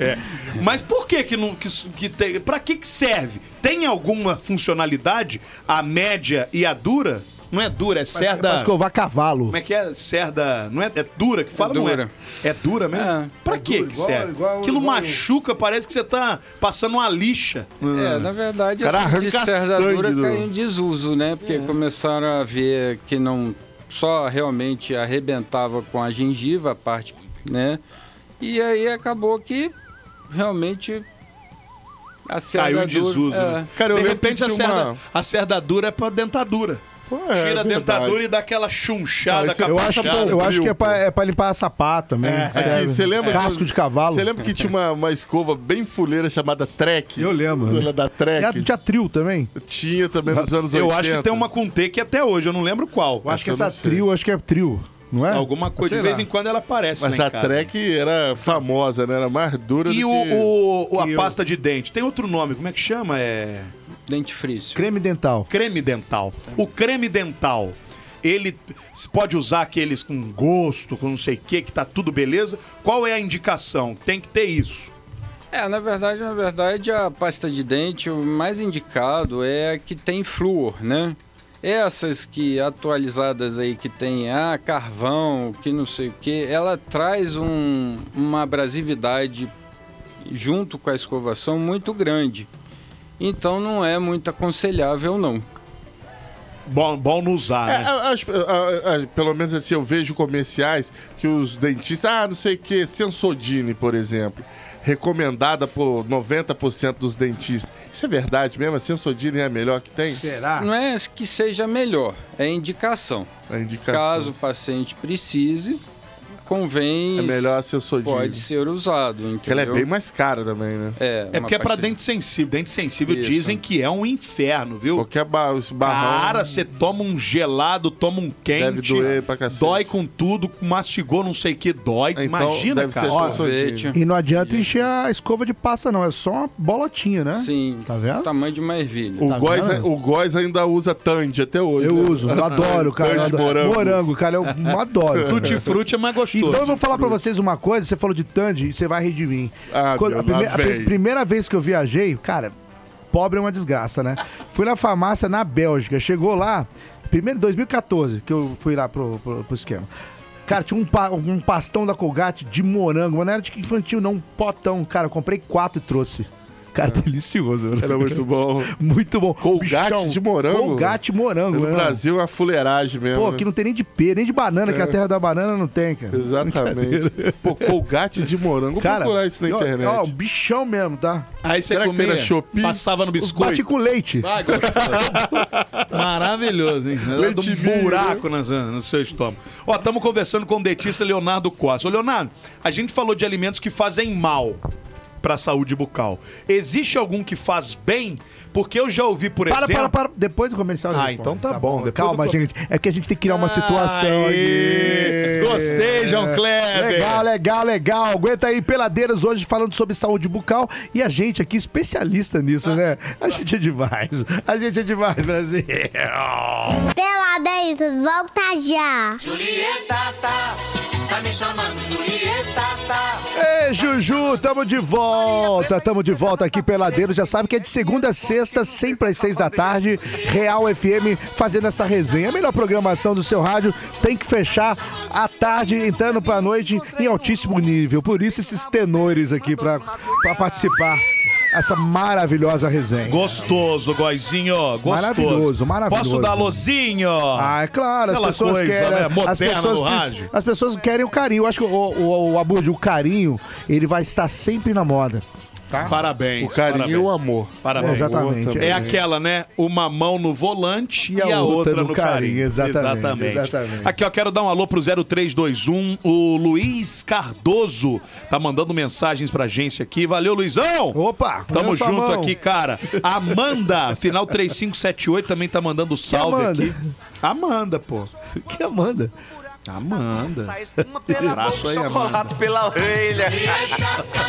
Speaker 3: É. Mas por que que não. Que, que tem, pra que, que serve? Tem alguma funcionalidade a média e a dura? Não é dura, é cerda.
Speaker 4: Pra escovar cavalo.
Speaker 3: Como é que é? Cerda. Não é, é dura que fala,
Speaker 5: É
Speaker 3: não
Speaker 5: dura.
Speaker 3: é? É dura mesmo?
Speaker 5: É.
Speaker 3: Pra
Speaker 4: É
Speaker 3: que
Speaker 4: dura,
Speaker 3: que
Speaker 4: igual-
Speaker 3: serve?
Speaker 4: igual-
Speaker 3: Aquilo
Speaker 4: igual-
Speaker 3: machuca, parece que você tá passando uma lixa.
Speaker 5: É, na verdade,
Speaker 6: Cara,
Speaker 5: essa
Speaker 6: arranca
Speaker 5: descerdadura
Speaker 6: sangue do-
Speaker 5: caiu em desuso, né? Porque começaram a ver que não só realmente arrebentava com a gengiva, a parte, né? E aí acabou que realmente a
Speaker 3: Caiu
Speaker 5: cerdadura...
Speaker 3: em desuso,
Speaker 5: é,
Speaker 3: né?
Speaker 6: Cara, eu
Speaker 3: de
Speaker 6: lembro
Speaker 3: repente
Speaker 6: que
Speaker 3: a
Speaker 6: tinha
Speaker 3: cerda,
Speaker 6: uma-
Speaker 3: a cerda dura é pra dentadura.
Speaker 6: Pô, é
Speaker 3: Tira a
Speaker 6: verdade.
Speaker 3: dentadura e dá aquela chunchada,
Speaker 6: Não, isso-
Speaker 4: Eu acho,
Speaker 3: capacitada.
Speaker 4: eu acho que é
Speaker 6: pô.
Speaker 4: pra, é pra limpar sapato também.
Speaker 6: É
Speaker 4: serve.
Speaker 6: que Você lembra?
Speaker 4: Casco de cavalo.
Speaker 6: Você lembra que tinha uma, uma escova bem fuleira chamada Trek?
Speaker 7: Eu lembro.
Speaker 6: Ela da
Speaker 4: né? E a,
Speaker 6: Trek.
Speaker 4: tinha trio também?
Speaker 6: Tinha também nos anos 80.
Speaker 3: Eu acho que tem uma com T que até hoje, eu não lembro qual.
Speaker 4: Eu acho que
Speaker 6: Essa eu
Speaker 4: essa
Speaker 6: não sei.
Speaker 4: trio, acho que é trio, não é?
Speaker 3: Alguma coisa, de vez em quando ela aparece
Speaker 6: Mas
Speaker 3: lá em
Speaker 6: a
Speaker 3: casa.
Speaker 6: Trek era famosa, né? Era mais dura
Speaker 3: E
Speaker 6: do
Speaker 3: o,
Speaker 6: que...
Speaker 3: o- o- a pasta de dente, tem outro nome, como é que chama? É
Speaker 5: dentifrício.
Speaker 4: Creme dental.
Speaker 3: creme dental. O creme dental, ele se pode usar aqueles com gosto, com não sei o que, que tá tudo beleza. Qual é a indicação? Tem que ter isso.
Speaker 5: É, na verdade, na verdade, a pasta de dente, o mais indicado é a que tem flúor, né? Essas que atualizadas aí que tem ah, carvão, que não sei o que, ela traz um- uma abrasividade junto com a escovação muito grande. Então não é muito aconselhável não.
Speaker 3: Bom, bom não usar,
Speaker 6: É,
Speaker 3: né?
Speaker 6: a- as- a- a- pelo menos assim, eu vejo comerciais que os dentistas, ah, não sei o que, Sensodine, por exemplo, recomendada por 90% dos dentistas. Isso é verdade mesmo? A Sensodine é a melhor que tem?
Speaker 4: Será?
Speaker 5: Não é que seja melhor, é indicação.
Speaker 6: A indicação.
Speaker 5: Caso o paciente precise, convém
Speaker 6: assim. É melhor a Sensodine.
Speaker 5: pode ser usado,
Speaker 6: Porque ela é
Speaker 5: entendeu?
Speaker 6: bem mais cara também, né?
Speaker 5: É,
Speaker 3: É
Speaker 5: uma
Speaker 3: porque é pra
Speaker 5: pastilha.
Speaker 3: dente sensível. Dente sensível
Speaker 5: Isso.
Speaker 3: dizem que é um inferno, viu?
Speaker 6: Qualquer ba esse barrão...
Speaker 3: Cara, você toma um gelado, toma um quente.
Speaker 6: Deve doer pra cacete.
Speaker 3: Dói com tudo, mastigou não sei o que, dói.
Speaker 6: Então,
Speaker 3: Imagina,
Speaker 6: deve ser
Speaker 3: cara.
Speaker 6: só-
Speaker 3: Ó,
Speaker 5: Sorvete.
Speaker 4: E não adianta encher a escova de passa, não. É só uma bolotinha, né?
Speaker 5: Sim.
Speaker 4: Tá vendo?
Speaker 5: Tamanho de uma ervilha.
Speaker 6: o,
Speaker 4: Tá
Speaker 6: Góis,
Speaker 4: vendo?
Speaker 6: o Góis ainda usa Tandy até hoje.
Speaker 4: Eu
Speaker 6: né?
Speaker 4: uso, eu adoro, cara. Eu
Speaker 6: Verde
Speaker 4: adoro.
Speaker 6: morango.
Speaker 4: cara,
Speaker 6: <laughs>
Speaker 4: eu adoro.
Speaker 3: Tutti-frutti é mais gostoso.
Speaker 4: Então eu vou falar pra vocês uma coisa, você falou de Tandy e você vai rir de mim.
Speaker 6: Ah,
Speaker 4: Quando- a,
Speaker 6: meu,
Speaker 4: prime-
Speaker 6: lá
Speaker 4: a pri-
Speaker 6: vem.
Speaker 4: primeira vez que eu viajei, cara, pobre é uma desgraça, né? Fui na farmácia na Bélgica, chegou lá, primeiro 2014, que eu fui lá pro, pro, pro esquema. Cara, tinha um, pa- um pastão da Colgate de morango, mas não era de infantil, não, um potão. Cara, eu comprei quatro e trouxe. Cara, delicioso, né?
Speaker 6: Ah. Era é
Speaker 4: <laughs>
Speaker 6: muito bom.
Speaker 4: Muito bom.
Speaker 6: Colgate de morango?
Speaker 4: Colgate morango,
Speaker 6: No
Speaker 4: né?
Speaker 6: Brasil é uma fuleiragem mesmo.
Speaker 4: Pô,
Speaker 6: né?
Speaker 4: aqui não tem nem de pera, nem de banana,
Speaker 3: É.
Speaker 4: que a terra da banana não tem, cara.
Speaker 6: Exatamente. Pô, colgate de morango. Vou
Speaker 4: Cara,
Speaker 6: procurar isso na
Speaker 4: ó,
Speaker 6: internet.
Speaker 4: Ó, um bichão mesmo, tá?
Speaker 3: Aí você
Speaker 6: Será que
Speaker 3: comia,
Speaker 6: tem na Shopee?
Speaker 3: passava no
Speaker 4: Os bate
Speaker 3: biscoito.
Speaker 4: com leite.
Speaker 3: Ah, gostoso. <laughs> Maravilhoso, hein? Ela dá
Speaker 6: Leite
Speaker 3: um
Speaker 6: ninho,
Speaker 3: buraco nas- no seu estômago. Ó, estamos conversando com o dentista Leonardo Costa. Ô, Leonardo, a gente falou de alimentos que fazem mal pra saúde bucal. Existe algum que faz bem? Porque eu já ouvi, por
Speaker 4: Para,
Speaker 3: exemplo...
Speaker 4: para, para. Depois do comercial. eu
Speaker 3: Ah,
Speaker 4: respondo.
Speaker 3: então tá bom, depois
Speaker 4: Calma,
Speaker 3: do-
Speaker 4: gente. É porque a gente tem que criar uma
Speaker 3: Aê,
Speaker 4: situação aqui. É.
Speaker 3: Gostei, João Kleber.
Speaker 4: Legal, legal, legal. Aguenta aí, peladeiros, hoje falando sobre saúde bucal. E a gente aqui, especialista
Speaker 3: Ah.
Speaker 4: nisso, né? A gente é demais. A gente é demais, Brasil.
Speaker 8: Peladeiros, volta já.
Speaker 2: Julieta tá, tá me chamando Julieta tá.
Speaker 4: Ei, Juju, tamo de volta, tamo de volta aqui peladeiro. Já sabe que é de segunda a sexta, sempre às seis da tarde, Real FM fazendo essa resenha. A melhor programação do seu rádio tem que fechar à tarde, entrando pra noite em altíssimo nível. Por isso esses tenores aqui pra, pra participar essa maravilhosa resenha.
Speaker 3: Gostoso, Goizinho. Gostoso.
Speaker 4: Maravilhoso, maravilhoso.
Speaker 3: Posso dar alôzinho?
Speaker 4: Ah, é claro, as
Speaker 3: Aquela
Speaker 4: pessoas
Speaker 3: coisa,
Speaker 4: querem.
Speaker 3: né, moderna
Speaker 4: as, pessoas
Speaker 3: do
Speaker 4: precis-
Speaker 3: rádio.
Speaker 4: as pessoas querem o carinho. Eu acho que o, o, o Abud, o carinho, ele vai estar sempre na moda.
Speaker 3: Parabéns.
Speaker 6: O carinho
Speaker 3: parabéns.
Speaker 6: e o amor.
Speaker 3: Parabéns.
Speaker 4: É, exatamente.
Speaker 3: É aquela, né? Uma mão no volante e a, outra, no carinho.
Speaker 4: Exatamente, exatamente.
Speaker 3: Aqui, ó, quero dar um alô pro 0321. O Luiz Cardoso tá mandando mensagens pra agência aqui. Valeu, Luizão!
Speaker 4: Opa,
Speaker 3: Tamo
Speaker 4: deu sua
Speaker 3: junto
Speaker 4: mão.
Speaker 3: aqui, cara. Amanda, final 3578, também tá mandando salve
Speaker 4: Amanda?
Speaker 3: aqui. Amanda, pô.
Speaker 4: Que Amanda?
Speaker 3: Amanda.
Speaker 2: Sai espuma pela
Speaker 3: Abraço
Speaker 2: boca,
Speaker 3: aí,
Speaker 2: chocolate pela orelha.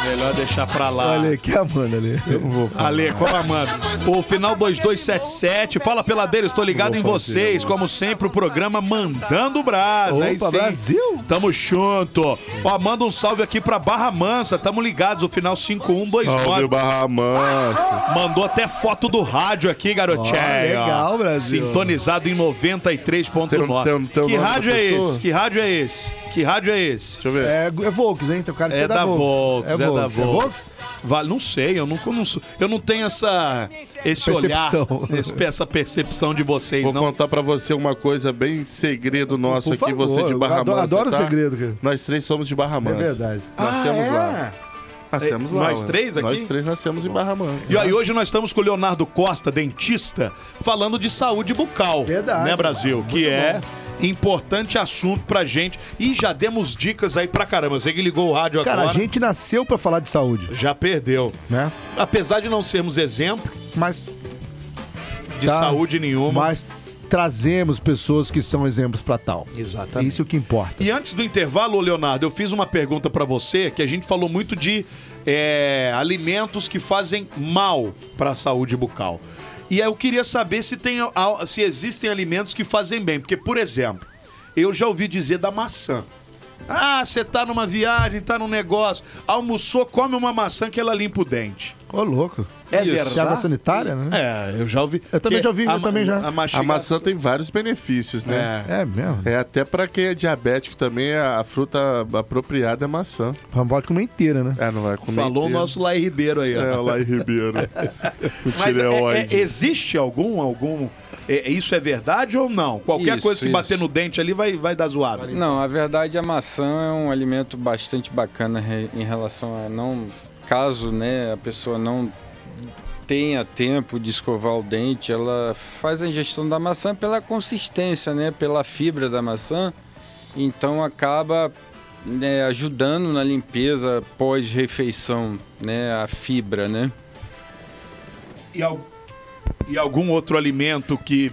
Speaker 9: Melhor deixar pra lá.
Speaker 4: Olha aqui, Amanda ali. Eu não
Speaker 6: Tá
Speaker 4: vou falar.
Speaker 3: Ale, qual a Amanda? O final 2277. Fala peladeiro, estou ligado em vocês. Como sempre, o programa Mandando Brás.
Speaker 4: Opa,
Speaker 3: Aí sim.
Speaker 4: Brasil.
Speaker 3: Tamo junto. Ó, manda um salve aqui pra Barra Mansa. Tamo ligados. O final
Speaker 6: Salve
Speaker 3: 5129.
Speaker 6: Barra
Speaker 4: Ah,
Speaker 6: Mansa.
Speaker 3: Mandou até foto do rádio aqui, garotinho.
Speaker 4: legal, Brasil.
Speaker 3: Sintonizado em 93.9.
Speaker 6: Tem um- tem um- tem um
Speaker 3: que
Speaker 6: nome da
Speaker 3: rádio é
Speaker 6: pessoa?
Speaker 3: esse? Que rádio é esse? Que rádio é esse?
Speaker 6: Deixa eu ver.
Speaker 4: É, é Volks, hein? Tem o cara de
Speaker 3: É
Speaker 4: ser
Speaker 3: da Volks,
Speaker 4: Volks.
Speaker 3: é da
Speaker 4: É
Speaker 3: Volks. Vale, não sei, eu não, eu não sou- eu não tenho essa esse
Speaker 4: Percepção.
Speaker 3: olhar, esse- essa percepção de vocês
Speaker 6: Vou
Speaker 3: não.
Speaker 6: contar pra você uma coisa bem segredo nosso
Speaker 4: Por
Speaker 6: aqui, você
Speaker 4: favor,
Speaker 6: de
Speaker 4: eu
Speaker 6: Barra
Speaker 4: adoro-
Speaker 6: Mansa.
Speaker 4: adoro
Speaker 6: tá?
Speaker 4: segredo, cara.
Speaker 6: Nós três somos de Barra
Speaker 4: É
Speaker 6: Mansa.
Speaker 4: verdade.
Speaker 6: Nascemos
Speaker 3: Ah, é?
Speaker 6: lá. Nascemos lá.
Speaker 3: Nós
Speaker 6: ué.
Speaker 3: três aqui?
Speaker 6: Nós três nascemos em Barra Mansa.
Speaker 3: E aí hoje nós estamos com o Leonardo Costa, dentista, falando de saúde bucal,
Speaker 4: Verdade.
Speaker 3: né, Brasil, que é importante assunto pra gente e já demos dicas aí pra caramba. Você que ligou o rádio
Speaker 4: Cara,
Speaker 3: agora,
Speaker 4: a gente nasceu pra falar de saúde,
Speaker 3: já perdeu.
Speaker 4: né?
Speaker 3: Apesar de não sermos exemplo
Speaker 4: Mas,
Speaker 3: de
Speaker 4: Tá.
Speaker 3: saúde nenhuma,
Speaker 4: mas trazemos pessoas que são exemplos pra tal.
Speaker 3: Exatamente.
Speaker 4: Isso é o que importa.
Speaker 3: E antes do intervalo, ô, Leonardo, eu fiz uma pergunta pra você que a gente falou muito de é, alimentos que fazem mal pra saúde bucal. E aí eu queria saber se, tem, al- se existem alimentos que fazem bem. Porque, por exemplo, eu já ouvi dizer da maçã. Ah, você tá numa viagem, tá num negócio, almoçou, come uma maçã que ela limpa o dente.
Speaker 4: Ô, louco.
Speaker 3: É
Speaker 4: Isso.
Speaker 3: verdade?
Speaker 4: Que água sanitária, né?
Speaker 3: É, eu já ouvi.
Speaker 4: Eu também
Speaker 3: Que
Speaker 4: já ouvi,
Speaker 3: a
Speaker 4: eu
Speaker 3: ma-
Speaker 4: também já.
Speaker 3: A,
Speaker 6: A
Speaker 3: mastigação-
Speaker 6: maçã tem vários benefícios, né?
Speaker 4: É mesmo.
Speaker 6: É, até pra quem é diabético também, a a fruta apropriada é maçã.
Speaker 4: Vamos Pode comer inteira, né?
Speaker 6: É, não vai comer
Speaker 3: Falou o
Speaker 6: inteiro.
Speaker 3: nosso Lai Ribeiro aí, ó.
Speaker 6: É, o Lai Ribeiro. o
Speaker 3: Mas é- é-
Speaker 6: tireoide.
Speaker 3: existe algum, algum. é- isso é verdade ou não? Qualquer
Speaker 5: Isso,
Speaker 3: coisa que
Speaker 5: isso.
Speaker 3: bater no dente ali vai, vai dar zoada.
Speaker 5: Não, a verdade a maçã é um alimento bastante bacana re- em relação a não caso, né, a pessoa não tenha tempo de escovar o dente, ela faz a ingestão da maçã pela consistência, né, pela fibra da maçã, então acaba né, ajudando na limpeza pós refeição, né, a fibra, né?
Speaker 3: E, al- e algum outro alimento que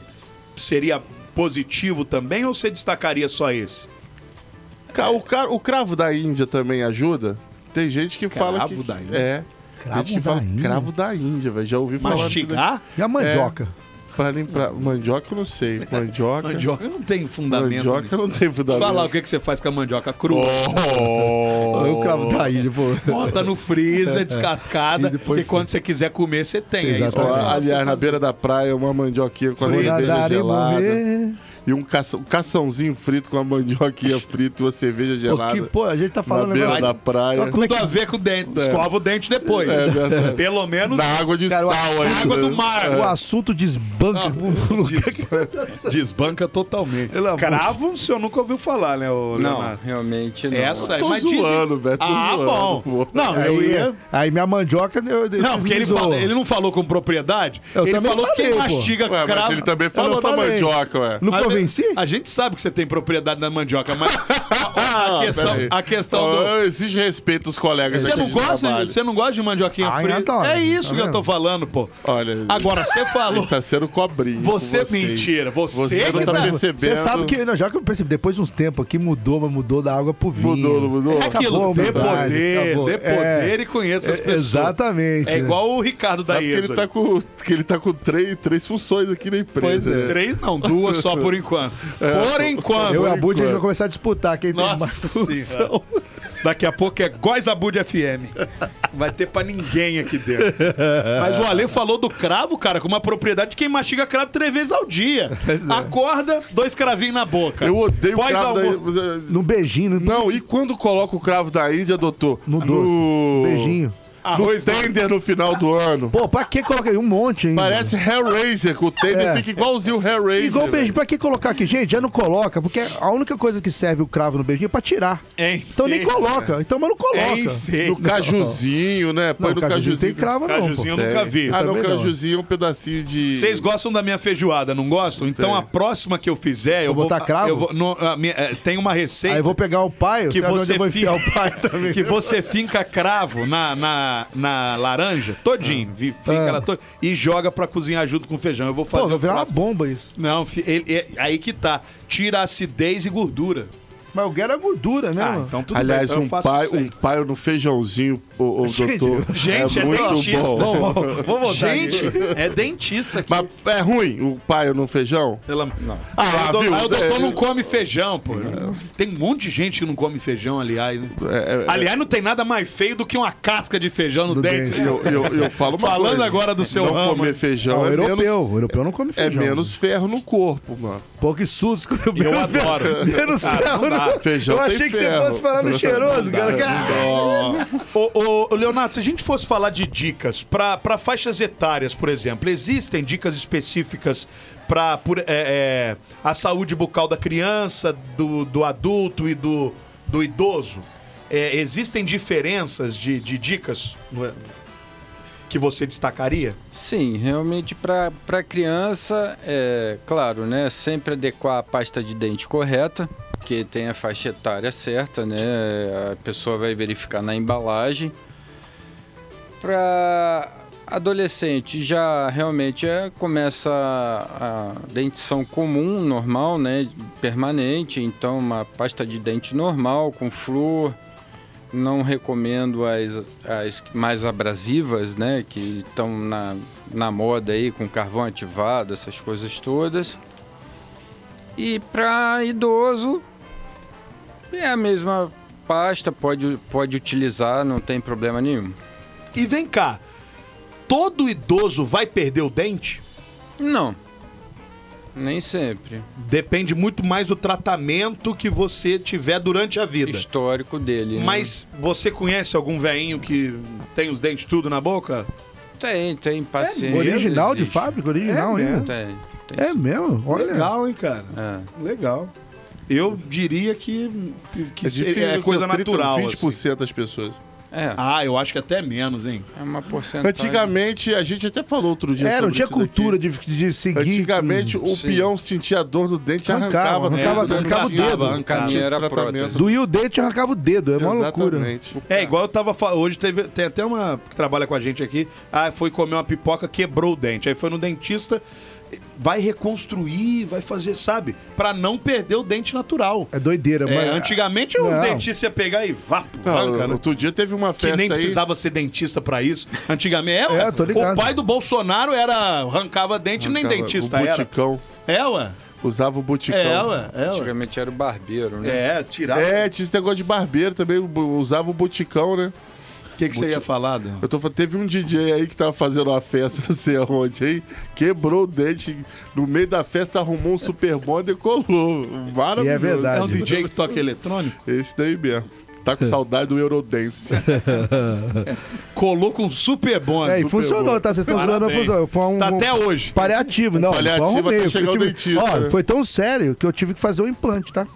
Speaker 3: seria positivo também ou você destacaria só esse?
Speaker 6: Ca- O, ca- o cravo da Índia também ajuda? Tem gente que fala que...
Speaker 3: Cravo da Índia?
Speaker 6: É.
Speaker 4: Cravo
Speaker 6: gente que
Speaker 4: da
Speaker 6: fala
Speaker 4: Índia?
Speaker 6: cravo da Índia, velho. Já ouvi falar... É.
Speaker 3: Mastigar?
Speaker 4: E a mandioca?
Speaker 6: Pra limpar... Mandioca eu
Speaker 3: <laughs>
Speaker 6: não sei. Mandioca...
Speaker 3: Mandioca não tem fundamento.
Speaker 6: Mandioca eu não tem fundamento.
Speaker 3: Fala o que, que você faz com a mandioca crua.
Speaker 5: Oh.
Speaker 4: Olha o cravo da ilha, pô.
Speaker 3: Bota no
Speaker 6: <laughs>
Speaker 3: freezer,
Speaker 6: É.
Speaker 3: descascada,
Speaker 4: E depois-
Speaker 3: que quando você quiser comer, você tem. É isso.
Speaker 6: Ó,
Speaker 4: Exatamente.
Speaker 6: aliás, na beira da praia, uma mandioquinha com a cerveja
Speaker 4: Nadarei
Speaker 6: gelada.
Speaker 4: morrer.
Speaker 6: E um, caça, um caçãozinho frito com
Speaker 3: <laughs>
Speaker 6: a mandioquinha frita e uma cerveja gelada.
Speaker 4: Porque, pô, a gente tá falando
Speaker 6: na beira
Speaker 4: agora-
Speaker 6: da praia.
Speaker 4: Olha como é
Speaker 3: Tudo
Speaker 4: que-
Speaker 3: a ver com o dente. Escova o dente depois.
Speaker 6: É verdade.
Speaker 3: Pelo menos.
Speaker 6: Na água de É.
Speaker 4: Cara,
Speaker 6: sal ainda.
Speaker 3: água do mar.
Speaker 4: O assunto desbanca. no lugar que-
Speaker 3: Ah, Desbanca totalmente.
Speaker 4: Pelo amor
Speaker 3: Cravo, o senhor nunca ouviu falar, né, ô
Speaker 5: Não,
Speaker 3: Leonardo?
Speaker 5: realmente não.
Speaker 3: Essa é
Speaker 6: Tô
Speaker 3: mas dizem-
Speaker 6: zoando, velho, tô
Speaker 3: Ah,
Speaker 6: zoando,
Speaker 3: bom.
Speaker 6: pô.
Speaker 3: Não, eu
Speaker 4: Aí,
Speaker 3: ia.
Speaker 4: aí minha mandioca. Eu,
Speaker 3: Não, porque ele,
Speaker 4: deslizou.
Speaker 3: fala- ele tá não falou com propriedade.
Speaker 4: Eu
Speaker 3: ele
Speaker 4: também
Speaker 3: falou que quem
Speaker 4: falei, pô.
Speaker 3: mastiga
Speaker 6: Ué, mas
Speaker 3: cravo.
Speaker 6: ele também falou da
Speaker 4: falei.
Speaker 6: mandioca, ué.
Speaker 4: Não
Speaker 3: A gente-
Speaker 4: convenci?
Speaker 3: A gente sabe que você tem propriedade na mandioca,
Speaker 4: <laughs>
Speaker 3: mas a, a
Speaker 4: Ah,
Speaker 3: questão,
Speaker 6: Peraí.
Speaker 3: a questão
Speaker 6: Ó,
Speaker 3: do.
Speaker 6: eu Exijo Ah, respeito aos colegas
Speaker 3: Você
Speaker 6: aqui
Speaker 3: não
Speaker 6: de
Speaker 3: gosta,
Speaker 6: trabalho.
Speaker 3: de- você não gosta de mandioquinha
Speaker 4: Ah,
Speaker 3: frita?
Speaker 4: então,
Speaker 3: é
Speaker 4: tá
Speaker 3: isso que eu
Speaker 4: vendo?
Speaker 3: tô falando, pô.
Speaker 6: Olha,
Speaker 3: Agora, você falou.
Speaker 6: ele tá sendo cobrinho.
Speaker 3: Você- é
Speaker 6: com vocês.
Speaker 3: mentira, você
Speaker 6: Você
Speaker 3: que
Speaker 6: não tá
Speaker 3: tá-
Speaker 6: percebendo.
Speaker 4: Você sabe que. Não, já que eu percebi, depois de uns tempos aqui mudou, mas mudou da água pro vinho.
Speaker 6: Mudou, não mudou?
Speaker 3: É aquilo,
Speaker 4: Acabou,
Speaker 3: dê
Speaker 4: verdade,
Speaker 3: poder,
Speaker 4: acabou.
Speaker 3: dê poder
Speaker 4: É,
Speaker 3: e conheça as
Speaker 4: é,
Speaker 3: pessoas.
Speaker 4: exatamente,
Speaker 3: É
Speaker 4: né?
Speaker 3: igual o Ricardo da
Speaker 6: Sabe que ele
Speaker 3: IESO.
Speaker 6: tá com, que ele tá com três, três funções aqui na empresa. né?
Speaker 3: é, Três não, duas só por
Speaker 6: <laughs>
Speaker 3: enquanto.
Speaker 6: É.
Speaker 3: Por enquanto.
Speaker 4: Eu e a Bud é a gente vai
Speaker 6: enquanto.
Speaker 4: começar a disputar quem tem mais
Speaker 3: Nossa
Speaker 4: função.
Speaker 3: senhora. Daqui a pouco é Goizabud FM. Vai ter pra ninguém aqui
Speaker 6: <laughs>
Speaker 3: dentro. Mas o Ale falou do cravo, cara, com uma propriedade de quem mastiga cravo três vezes ao dia. Acorda, dois cravinhos na boca.
Speaker 6: é. Eu odeio o
Speaker 3: Pós
Speaker 6: cravo
Speaker 3: almo-
Speaker 6: da
Speaker 4: Num beijinho, no,
Speaker 6: Não, e quando coloca o cravo da Índia, doutor?
Speaker 4: no doce. Um Beijinho.
Speaker 6: No tender no final do ano.
Speaker 4: Pô, pra que colocar aí um monte,
Speaker 3: Hum.
Speaker 4: hein?
Speaker 6: Parece Hellraiser, que o tender
Speaker 4: É.
Speaker 6: fica igualzinho o Hellraiser.
Speaker 4: Igual
Speaker 6: velho.
Speaker 4: beijinho. Pra que colocar aqui? Gente, já não coloca, porque a única coisa que serve o cravo no beijinho é pra tirar.
Speaker 3: É
Speaker 4: Então nem
Speaker 3: enfeite,
Speaker 4: coloca. Então, mas não
Speaker 3: É
Speaker 4: coloca.
Speaker 3: enfeite.
Speaker 6: No cajuzinho, né?
Speaker 4: Não,
Speaker 6: Põe no
Speaker 4: cajuzinho
Speaker 6: cajuzinho.
Speaker 4: não tem cravo, não. Pô.
Speaker 3: Cajuzinho eu nunca vi.
Speaker 6: Ah, não,
Speaker 4: Também não.
Speaker 6: cajuzinho é um pedacinho de...
Speaker 3: Vocês gostam da minha feijoada, não gostam? Então
Speaker 6: Tem.
Speaker 3: a próxima que eu fizer, eu vou.
Speaker 4: Vou botar cravo?
Speaker 3: eu vou- no- a minha- eh, tem uma receita.
Speaker 4: Aí eu vou pegar o pai,
Speaker 3: que
Speaker 4: sabe onde
Speaker 3: você,
Speaker 4: eu vou
Speaker 3: finca,
Speaker 4: enfiar o pai <laughs> também.
Speaker 3: que você finca cravo na, na, na laranja, todinho, vi- finca
Speaker 4: Ah.
Speaker 3: ela toda, e joga pra cozinhar junto com o feijão. Eu vou fazer
Speaker 4: Pô, vai
Speaker 3: o
Speaker 4: virar uma
Speaker 3: próximo.
Speaker 4: bomba isso.
Speaker 3: Não, fi- ele- é- aí que tá. Tira acidez e gordura.
Speaker 4: Mas o Guero é gordura mesmo.
Speaker 3: Ah, então tudo bem.
Speaker 6: Aliás,
Speaker 3: então eu
Speaker 6: um,
Speaker 3: faço
Speaker 6: pai,
Speaker 3: isso aí.
Speaker 6: um pai no feijãozinho, o, o doutor.
Speaker 3: Gente, é, dentista.
Speaker 6: bom.
Speaker 3: Vamos, vamos, vamos voltar Gente, é dentista aqui.
Speaker 6: Mas é ruim o pai no feijão?
Speaker 3: Pela... Não.
Speaker 6: Ah,
Speaker 3: Ah,
Speaker 6: lá,
Speaker 3: o doutor,
Speaker 6: viu?
Speaker 3: ah, o doutor
Speaker 6: É,
Speaker 3: não come feijão, pô.
Speaker 4: É.
Speaker 3: Tem um monte de gente que não come feijão, aliás. né?
Speaker 6: É, é,
Speaker 3: aliás, não tem nada mais feio do que uma casca de feijão no, dente.
Speaker 6: E Eu, eu, eu falo uma
Speaker 3: Falando
Speaker 6: coisa,
Speaker 3: agora do seu
Speaker 6: Não
Speaker 3: ramo,
Speaker 6: comer
Speaker 3: hein?
Speaker 6: feijão
Speaker 4: Não, o
Speaker 6: é
Speaker 4: europeu.
Speaker 6: menos,
Speaker 4: o europeu não come
Speaker 6: é
Speaker 4: feijão.
Speaker 6: menos ferro no corpo, mano.
Speaker 4: Pô, que susto.
Speaker 3: Eu adoro.
Speaker 4: Menos
Speaker 3: Ah, não
Speaker 4: ferro.
Speaker 3: dá.
Speaker 4: no-
Speaker 6: Feijão
Speaker 4: Eu
Speaker 6: tem
Speaker 4: achei que você
Speaker 6: ferro.
Speaker 4: fosse falar no cheiroso, cara.
Speaker 3: Ô, ô, Leonardo, se a gente fosse falar de dicas para faixas etárias, por exemplo, existem dicas específicas para é, a saúde bucal da criança, do, do adulto e do, do idoso? É, existem diferenças de, de dicas no- que você destacaria?
Speaker 5: Sim, realmente para criança, é claro, né? Sempre adequar a pasta de dente correta, que tem a faixa etária certa, né? A pessoa vai verificar na embalagem. Para adolescente, já realmente é, começa a, a dentição comum, normal, né? Permanente, então uma pasta de dente normal, com flúor. Não recomendo as, as mais abrasivas, né? Que estão na, na moda aí, com carvão ativado, essas coisas todas. E para idoso, é a mesma pasta, pode, pode utilizar, não tem problema nenhum.
Speaker 3: E vem cá, todo idoso vai perder o dente?
Speaker 5: Não, nem sempre.
Speaker 3: Depende muito mais do tratamento que você tiver durante a vida.
Speaker 5: Histórico dele. né?
Speaker 3: Mas você conhece algum veinho que tem os dentes tudo na boca?
Speaker 5: Tem, tem paciente.
Speaker 4: é Original de
Speaker 5: existe. É
Speaker 4: fábrica, original, hein?
Speaker 5: Tem, tem.
Speaker 4: É mesmo? Olha.
Speaker 3: Legal, hein, cara?
Speaker 5: É.
Speaker 3: Legal. Eu diria que, que
Speaker 6: É
Speaker 3: se-
Speaker 6: difícil,
Speaker 3: é coisa
Speaker 6: 30,
Speaker 3: natural.
Speaker 6: 20%
Speaker 3: assim.
Speaker 6: das pessoas.
Speaker 5: É,
Speaker 3: Ah, eu acho que até menos, hein?
Speaker 5: é uma porcentagem.
Speaker 6: Antigamente, a gente até falou outro dia.
Speaker 4: É, não
Speaker 6: sobre
Speaker 4: tinha
Speaker 6: isso daqui.
Speaker 4: cultura de, de seguir.
Speaker 6: Antigamente, o
Speaker 5: Sim.
Speaker 6: peão sentia a dor no dente e
Speaker 4: Arrancava,
Speaker 6: arrancava. né?
Speaker 4: arrancava,
Speaker 6: tudo, não
Speaker 4: arrancava o
Speaker 6: tinha-
Speaker 4: dedo.
Speaker 6: não tinha
Speaker 5: Caminho
Speaker 6: esse
Speaker 5: era
Speaker 6: tratamento.
Speaker 5: prótese.
Speaker 4: Doía o dente e arrancava o dedo. É uma loucura.
Speaker 6: Exatamente.
Speaker 3: É, igual eu tava falando. Hoje teve- tem até uma que trabalha com a gente aqui. Ah, foi comer uma pipoca, quebrou o dente. Aí foi no dentista. Vai reconstruir, vai fazer, sabe? Pra não perder o dente natural.
Speaker 4: É doideira,
Speaker 3: É,
Speaker 4: mas.
Speaker 3: antigamente o
Speaker 4: Não.
Speaker 3: dentista ia pegar e vapo,
Speaker 6: Não,
Speaker 3: arranca, né?
Speaker 6: outro dia teve uma
Speaker 3: Que
Speaker 6: festa
Speaker 3: nem
Speaker 6: aí-
Speaker 3: precisava ser dentista pra isso. Antigamente era.
Speaker 4: É, tô ligado.
Speaker 3: O pai do Bolsonaro era arrancava dente, nem
Speaker 6: Arrancava
Speaker 3: dentista
Speaker 6: o
Speaker 3: era.
Speaker 6: buticão.
Speaker 3: É, ué.
Speaker 6: Usava o buticão.
Speaker 3: É,
Speaker 4: Então,
Speaker 3: ué. É, ué.
Speaker 5: Antigamente era o barbeiro, né?
Speaker 3: É, tirava.
Speaker 6: É, tinha esse negócio de barbeiro também, bu- usava o buticão, né?
Speaker 3: O que, que você ia falar, Dan?
Speaker 6: Eu tô falando, teve um DJ aí que tava fazendo uma festa, <laughs> não sei aonde, aí quebrou o dente, no meio da festa arrumou um super bonder e colou. Maravilhoso.
Speaker 4: E é verdade.
Speaker 3: É um DJ que toca eletrônico?
Speaker 6: Esse daí mesmo. Tá com saudade do
Speaker 4: <laughs>
Speaker 6: Eurodance.
Speaker 3: Colou com super bom.
Speaker 4: É, e funcionou, tá? Vocês estão zoando, mas
Speaker 3: Parabéns.
Speaker 4: funcionou. Foi um,
Speaker 3: Tá até hoje.
Speaker 4: Paliativo, não.
Speaker 6: Paliativo
Speaker 4: foi um
Speaker 6: até
Speaker 4: meio,
Speaker 6: chegar
Speaker 4: eu
Speaker 6: o
Speaker 4: tive-
Speaker 6: dentista,
Speaker 4: Ó,
Speaker 6: né?
Speaker 4: foi tão sério que eu tive que fazer um implante, tá?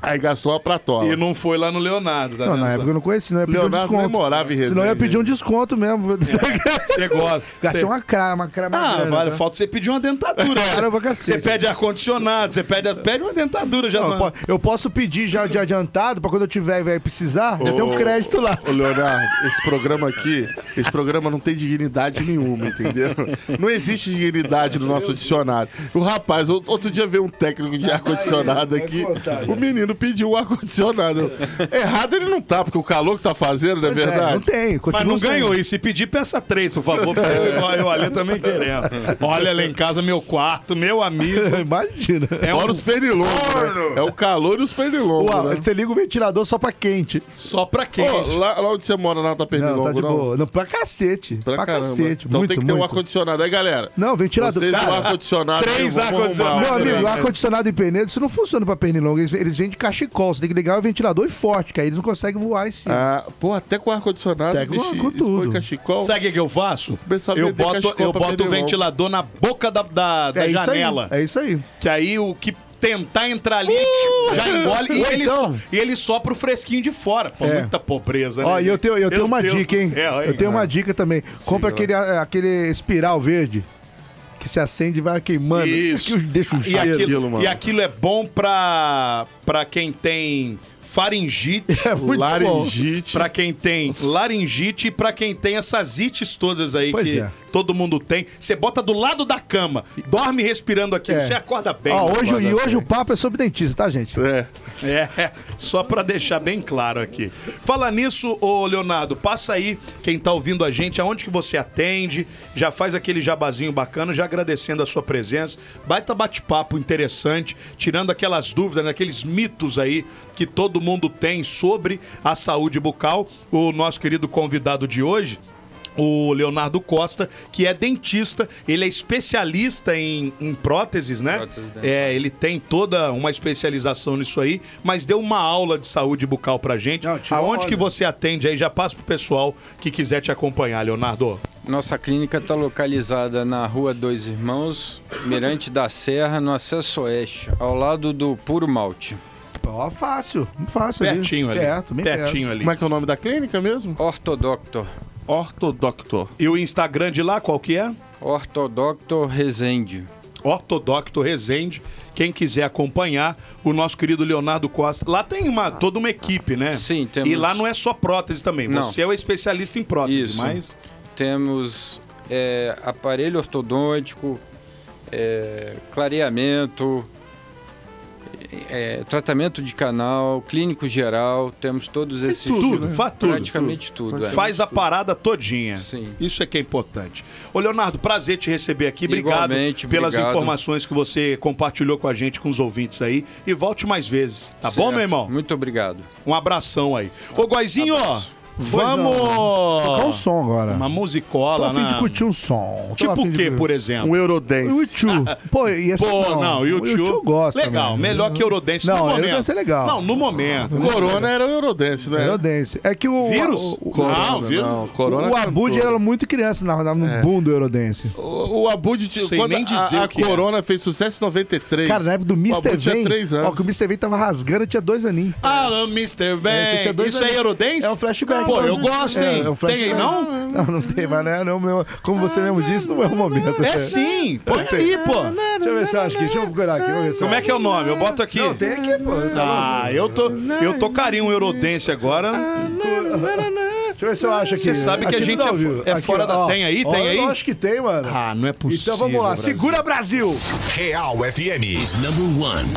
Speaker 6: Aí gastou uma pratola.
Speaker 3: E não foi lá no Leonardo, tá
Speaker 4: Não,
Speaker 3: vendo
Speaker 4: na
Speaker 3: só?
Speaker 4: época eu não conhecia, senão eu ia pedir um
Speaker 6: Leonardo nem
Speaker 4: desconto.
Speaker 6: morava em né? É. Resende.
Speaker 4: Senão eu ia pedir um desconto mesmo.
Speaker 3: Você gosta.
Speaker 4: <laughs> Gastei
Speaker 3: Você-
Speaker 4: uma crama, uma crama.
Speaker 3: Ah,
Speaker 4: grana,
Speaker 3: vale,
Speaker 4: tá?
Speaker 3: falta você pedir uma
Speaker 4: <laughs>
Speaker 3: dentadura.
Speaker 4: Cara, pra cacete.
Speaker 3: Você pede ar-condicionado, você pede, pede uma dentadura já.
Speaker 4: Não,
Speaker 3: mano.
Speaker 4: eu po- eu posso pedir já de adiantado pra quando eu tiver vai precisar, já tem um crédito lá.
Speaker 6: Ô, Leonardo, esse programa aqui, esse programa não tem dignidade nenhuma, entendeu? Não existe dignidade no nosso dicionário. O rapaz, ou- outro dia veio um técnico de ar-condicionado
Speaker 4: vai
Speaker 6: aqui,
Speaker 4: contar, né?
Speaker 6: o menino pediu um ar-condicionado. Errado ele não tá, porque o calor que tá fazendo, não é
Speaker 4: Pois é, não É.
Speaker 6: verdade?
Speaker 4: tem,
Speaker 3: Mas
Speaker 4: continua
Speaker 3: não
Speaker 4: sendo.
Speaker 3: ganhou isso. Se pedir, peça três, por favor. porque Eu, igual eu ali também querendo. Olha lá em casa, meu quarto, meu amigo.
Speaker 4: Imagina.
Speaker 3: É um
Speaker 6: Fora os pernilongos, né? É o calor e os pernilongos,
Speaker 4: Uau,
Speaker 6: né?
Speaker 4: Você liga o ventilador só pra quente.
Speaker 3: só pra quem.
Speaker 6: Ô, lá, lá onde você mora, não tá
Speaker 4: Não,
Speaker 6: pernilongo,
Speaker 4: tá
Speaker 6: não?
Speaker 4: de boa. Não, pra cacete. Pra,
Speaker 6: Pra caramba.
Speaker 4: cacete.
Speaker 6: então
Speaker 4: muito,
Speaker 6: tem que ter um
Speaker 4: muito.
Speaker 6: ar-condicionado. Aí, galera,
Speaker 4: Não, ventilador.
Speaker 6: vocês
Speaker 4: Cara,
Speaker 6: o ar-condicionado...
Speaker 3: três
Speaker 6: eu vou
Speaker 3: ar-condicionado.
Speaker 6: arrumar.
Speaker 4: Meu amigo,
Speaker 3: Leonardo.
Speaker 4: ar-condicionado em Penedo, isso não funciona pra pernilongo. Eles, eles vêm de cachecol. Você tem que ligar o ventilador e forte, que aí eles não conseguem voar em cima.
Speaker 6: Ah, pô, até com ar-condicionado,
Speaker 4: Até com-
Speaker 6: bicho,
Speaker 4: com tudo.
Speaker 6: Foi cachecol.
Speaker 3: Sabe o que que eu faço?
Speaker 6: Começar a
Speaker 3: Eu
Speaker 6: vender
Speaker 3: boto,
Speaker 6: cachecol
Speaker 3: eu
Speaker 6: pra
Speaker 3: boto o
Speaker 6: pernilongo.
Speaker 3: ventilador na boca da, da, da
Speaker 4: é
Speaker 3: janela.
Speaker 4: Isso aí, é isso aí.
Speaker 3: Que aí o que tentar entrar ali já engole. E
Speaker 4: Uh! Ou
Speaker 3: ele,
Speaker 4: então-
Speaker 3: so- e ele sopra o fresquinho de fora. Pô,
Speaker 4: É.
Speaker 3: muita pobreza.
Speaker 4: Ó,
Speaker 3: né,
Speaker 4: e eu
Speaker 3: gente?
Speaker 4: tenho, eu tenho
Speaker 3: Meu
Speaker 4: uma
Speaker 3: Deus
Speaker 4: dica,
Speaker 3: do
Speaker 4: hein?
Speaker 3: céu,
Speaker 4: Eu tenho
Speaker 3: cara?
Speaker 4: uma dica também. Compra aquele, a- aquele espiral verde que se acende e vai queimando.
Speaker 3: Isso.
Speaker 4: Que deixa o
Speaker 3: E
Speaker 4: cheiro.
Speaker 3: aquilo, é
Speaker 6: Aquilo, mano.
Speaker 3: e aquilo é bom pra, pra quem tem faringite,
Speaker 4: <laughs> É muito bom.
Speaker 6: Laringite.
Speaker 3: Pra quem tem laringite e pra quem tem essas ites todas aí
Speaker 4: Pois
Speaker 3: que
Speaker 4: é.
Speaker 3: todo mundo tem. Você bota do lado da cama, dorme respirando aqui,
Speaker 4: É.
Speaker 3: você acorda bem. né?
Speaker 4: Ó, hoje,
Speaker 3: Acorda
Speaker 4: e hoje
Speaker 3: bem.
Speaker 4: o papo é sobre dentista, tá, gente?
Speaker 6: É.
Speaker 3: É, só pra deixar bem claro aqui. Fala nisso, ô Leonardo, passa aí quem tá ouvindo a gente, aonde que você atende, já faz aquele jabazinho bacana, já agradecendo a sua presença. Baita bate-papo interessante, tirando aquelas dúvidas, né, aqueles mitos aí que todo mundo tem sobre a saúde bucal. O nosso querido convidado de hoje o Leonardo Costa, que é dentista, ele é especialista em, em próteses, né?
Speaker 5: Próteses dentais.
Speaker 3: é, ele tem toda uma especialização nisso aí, mas deu uma aula de saúde bucal pra gente.
Speaker 4: Não, tirou
Speaker 3: Aonde
Speaker 4: onda.
Speaker 3: que você atende aí? Já passa pro pessoal que quiser te acompanhar, Leonardo.
Speaker 5: Nossa clínica está localizada na Rua Dois Irmãos, Mirante da Serra, no acesso oeste, ao lado do Puro Malte.
Speaker 4: Ó, fácil, fácil
Speaker 3: Pertinho ali.
Speaker 4: Perto, bem perto.
Speaker 3: pertinho ali.
Speaker 6: Como é que é o nome da clínica mesmo?
Speaker 5: Ortodoctor.
Speaker 6: Ortodoctor.
Speaker 3: E o Instagram de lá, qual que é?
Speaker 5: Ortodoctor Rezende.
Speaker 3: Ortodocto Rezende. Quem quiser acompanhar, o nosso querido Leonardo Costa. Lá tem uma, toda uma equipe, né?
Speaker 5: Sim, temos-
Speaker 3: E lá não é só prótese também.
Speaker 5: Não.
Speaker 3: Você é o especialista em prótese,
Speaker 5: Isso.
Speaker 3: mas.
Speaker 5: Temos é, aparelho ortodôntico, é, clareamento, é, tratamento de canal, clínico geral. Temos todos esses.
Speaker 3: tudo, né? Faz tudo,
Speaker 5: Praticamente tudo. é.
Speaker 3: Faz a parada todinha.
Speaker 5: Sim.
Speaker 3: Isso é que é importante. Ô, Leonardo, prazer te receber aqui. Obrigado
Speaker 5: Igualmente,
Speaker 3: pelas
Speaker 5: obrigado.
Speaker 3: informações que você compartilhou com a gente, com os ouvintes aí. E volte mais vezes, tá bom,
Speaker 5: Certo.
Speaker 3: meu irmão?
Speaker 5: Muito obrigado.
Speaker 3: Um abração aí. Ô, Guaizinho, ó,
Speaker 4: Tocar um
Speaker 3: vamos...
Speaker 4: som agora.
Speaker 3: Uma
Speaker 4: Tô
Speaker 3: musicola,
Speaker 4: a fim
Speaker 3: né?
Speaker 4: de curtir um som. Tô a
Speaker 3: Tipo
Speaker 4: fim
Speaker 3: o
Speaker 4: de-
Speaker 3: quê, por exemplo?
Speaker 6: Um Eurodance.
Speaker 4: O YouTube. Pô, e esse
Speaker 3: Pô, não,
Speaker 4: o
Speaker 3: YouTube.
Speaker 4: YouTube gosta.
Speaker 3: Legal,
Speaker 4: mano.
Speaker 3: melhor que Eurodance
Speaker 4: Não,
Speaker 3: no momento.
Speaker 4: Eurodance é legal.
Speaker 3: Não, no momento.
Speaker 6: Corona era o Eurodance, Ah, né?
Speaker 4: Eurodance. É que o.
Speaker 3: Vírus?
Speaker 4: O, o,
Speaker 3: não, vírus.
Speaker 6: Não, Corona
Speaker 4: o Abud
Speaker 6: cantou. É.
Speaker 4: era muito criança na, na- no boom do Eurodance.
Speaker 6: O, o Abud, tinha-
Speaker 3: Sei
Speaker 6: quando
Speaker 3: nem dizer
Speaker 6: a, a
Speaker 3: o que é.
Speaker 6: Corona fez sucesso em 93.
Speaker 4: Cara, na época do Mr.
Speaker 6: O Abud tinha
Speaker 4: Vem.
Speaker 6: três
Speaker 4: Ó,
Speaker 6: anos.
Speaker 4: que o Mr. Vem tava rasgando, eu tinha dois aninhos.
Speaker 3: Ah, Mr.
Speaker 4: É, tinha
Speaker 3: Bang.
Speaker 4: dois
Speaker 3: Isso é
Speaker 4: anos.
Speaker 3: Eurodance?
Speaker 4: É um flashback.
Speaker 3: Pô, eu
Speaker 4: É,
Speaker 3: gosto, hein?
Speaker 4: é um
Speaker 3: Tem aí,
Speaker 4: flashback.
Speaker 3: não?
Speaker 4: <laughs> Não, não tem, mas não é, não é o meu- Como você mesmo disse, não é o momento.
Speaker 3: É
Speaker 4: sério.
Speaker 3: sim. Põe aí, pô.
Speaker 4: Deixa eu ver se eu acho que. Deixa eu procurar aqui. Vamos ver se eu
Speaker 3: Como é
Speaker 4: acho.
Speaker 3: que é o nome? Eu boto aqui.
Speaker 4: Não, tem aqui, pô.
Speaker 3: Ah, eu tô, eu tô carinho um Eurodance agora.
Speaker 4: <laughs> Ah, é Deixa eu ver se eu acho aqui.
Speaker 3: Você sabe que a
Speaker 4: Aqui
Speaker 3: gente
Speaker 4: não
Speaker 3: é
Speaker 4: dá ao vivo.
Speaker 3: fo- é fora da-
Speaker 4: ó.
Speaker 3: tem aí?
Speaker 4: Ó,
Speaker 3: Tem
Speaker 4: eu
Speaker 3: aí?
Speaker 4: acho que tem, mano.
Speaker 3: Ah, não é possível.
Speaker 4: Então vamos lá.
Speaker 3: Brasil.
Speaker 4: Segura Brasil!
Speaker 1: Real FM is number one.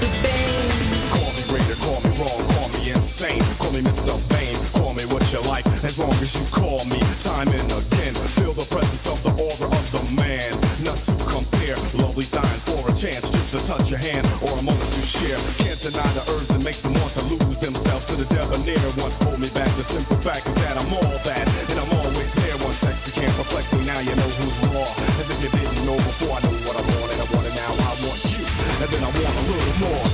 Speaker 10: Call me greater, call me wrong, call me insane. Call me Mr. Vain, call me what you like, as long as you call me time and again. Feel the presence of the aura of the man. Not to compare, lovely dying for a chance just to touch your hand or a moment to share. Can't deny the urge that makes them want to lose themselves to the debonair. One hold me back, the simple fact is that I'm all that, and I'm always there. One sexy can't perplex me, now you know who's raw. As if you didn't know before, I know what I want, and I want it now. I want you, and then I want a little more.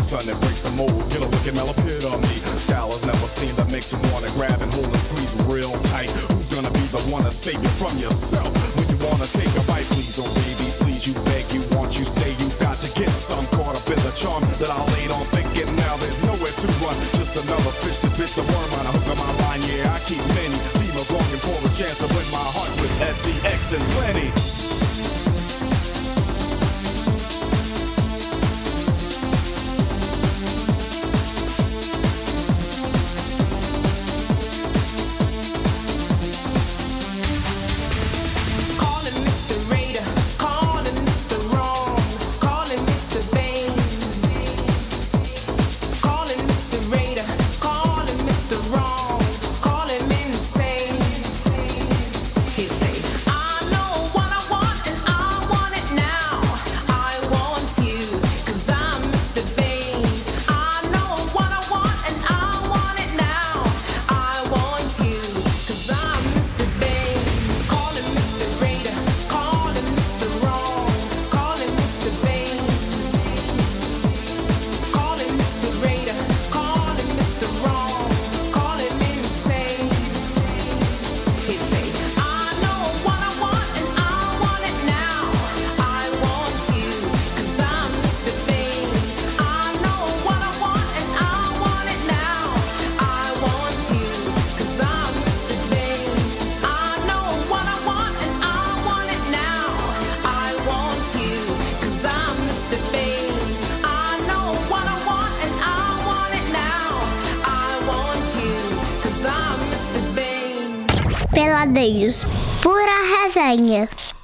Speaker 11: son that breaks the mold. Get a look at me. Style is never seen that makes you wanna grab and hold and squeeze real tight. Who's gonna be the one to save you from yourself? When you wanna take a bite, please, oh baby, please, you beg, you want, you say, you got to get some. Caught up in the charm that I laid on thinking. Now there's nowhere to run. Just another fish to bit the worm on a hook on my line. Yeah, I keep many females longing for a chance to win my heart with sex and plenty.
Speaker 10: Calling Mr. Raider, calling Mr. Wrong, calling Mr. Vain. Calling Mr. Raider, calling Mr. Wrong, calling insane. He'd say, I know what I want and I want it now. I want you, 'cause I'm Mr. Vain. I know what I want and I want it now. I want you, 'cause I'm Mr. Vain. Calling Mr. Raider, calling Mr. Wrong, calling Mr. Vain. Calling Mr. Raider, calling Mr. Wrong, calling insane. He'd say, I know what I want and I want it now. I want you, 'cause I'm Mr. Vain. I know what I want and I want it now. I want you, 'cause I'm Mr. Vain. I know what I want and I want it now. I want you, 'cause I'm Mr. Vain. I know what I want and I want it now. I want you, 'cause I'm Mr. Vain.
Speaker 8: Peladeiros, pura resenha.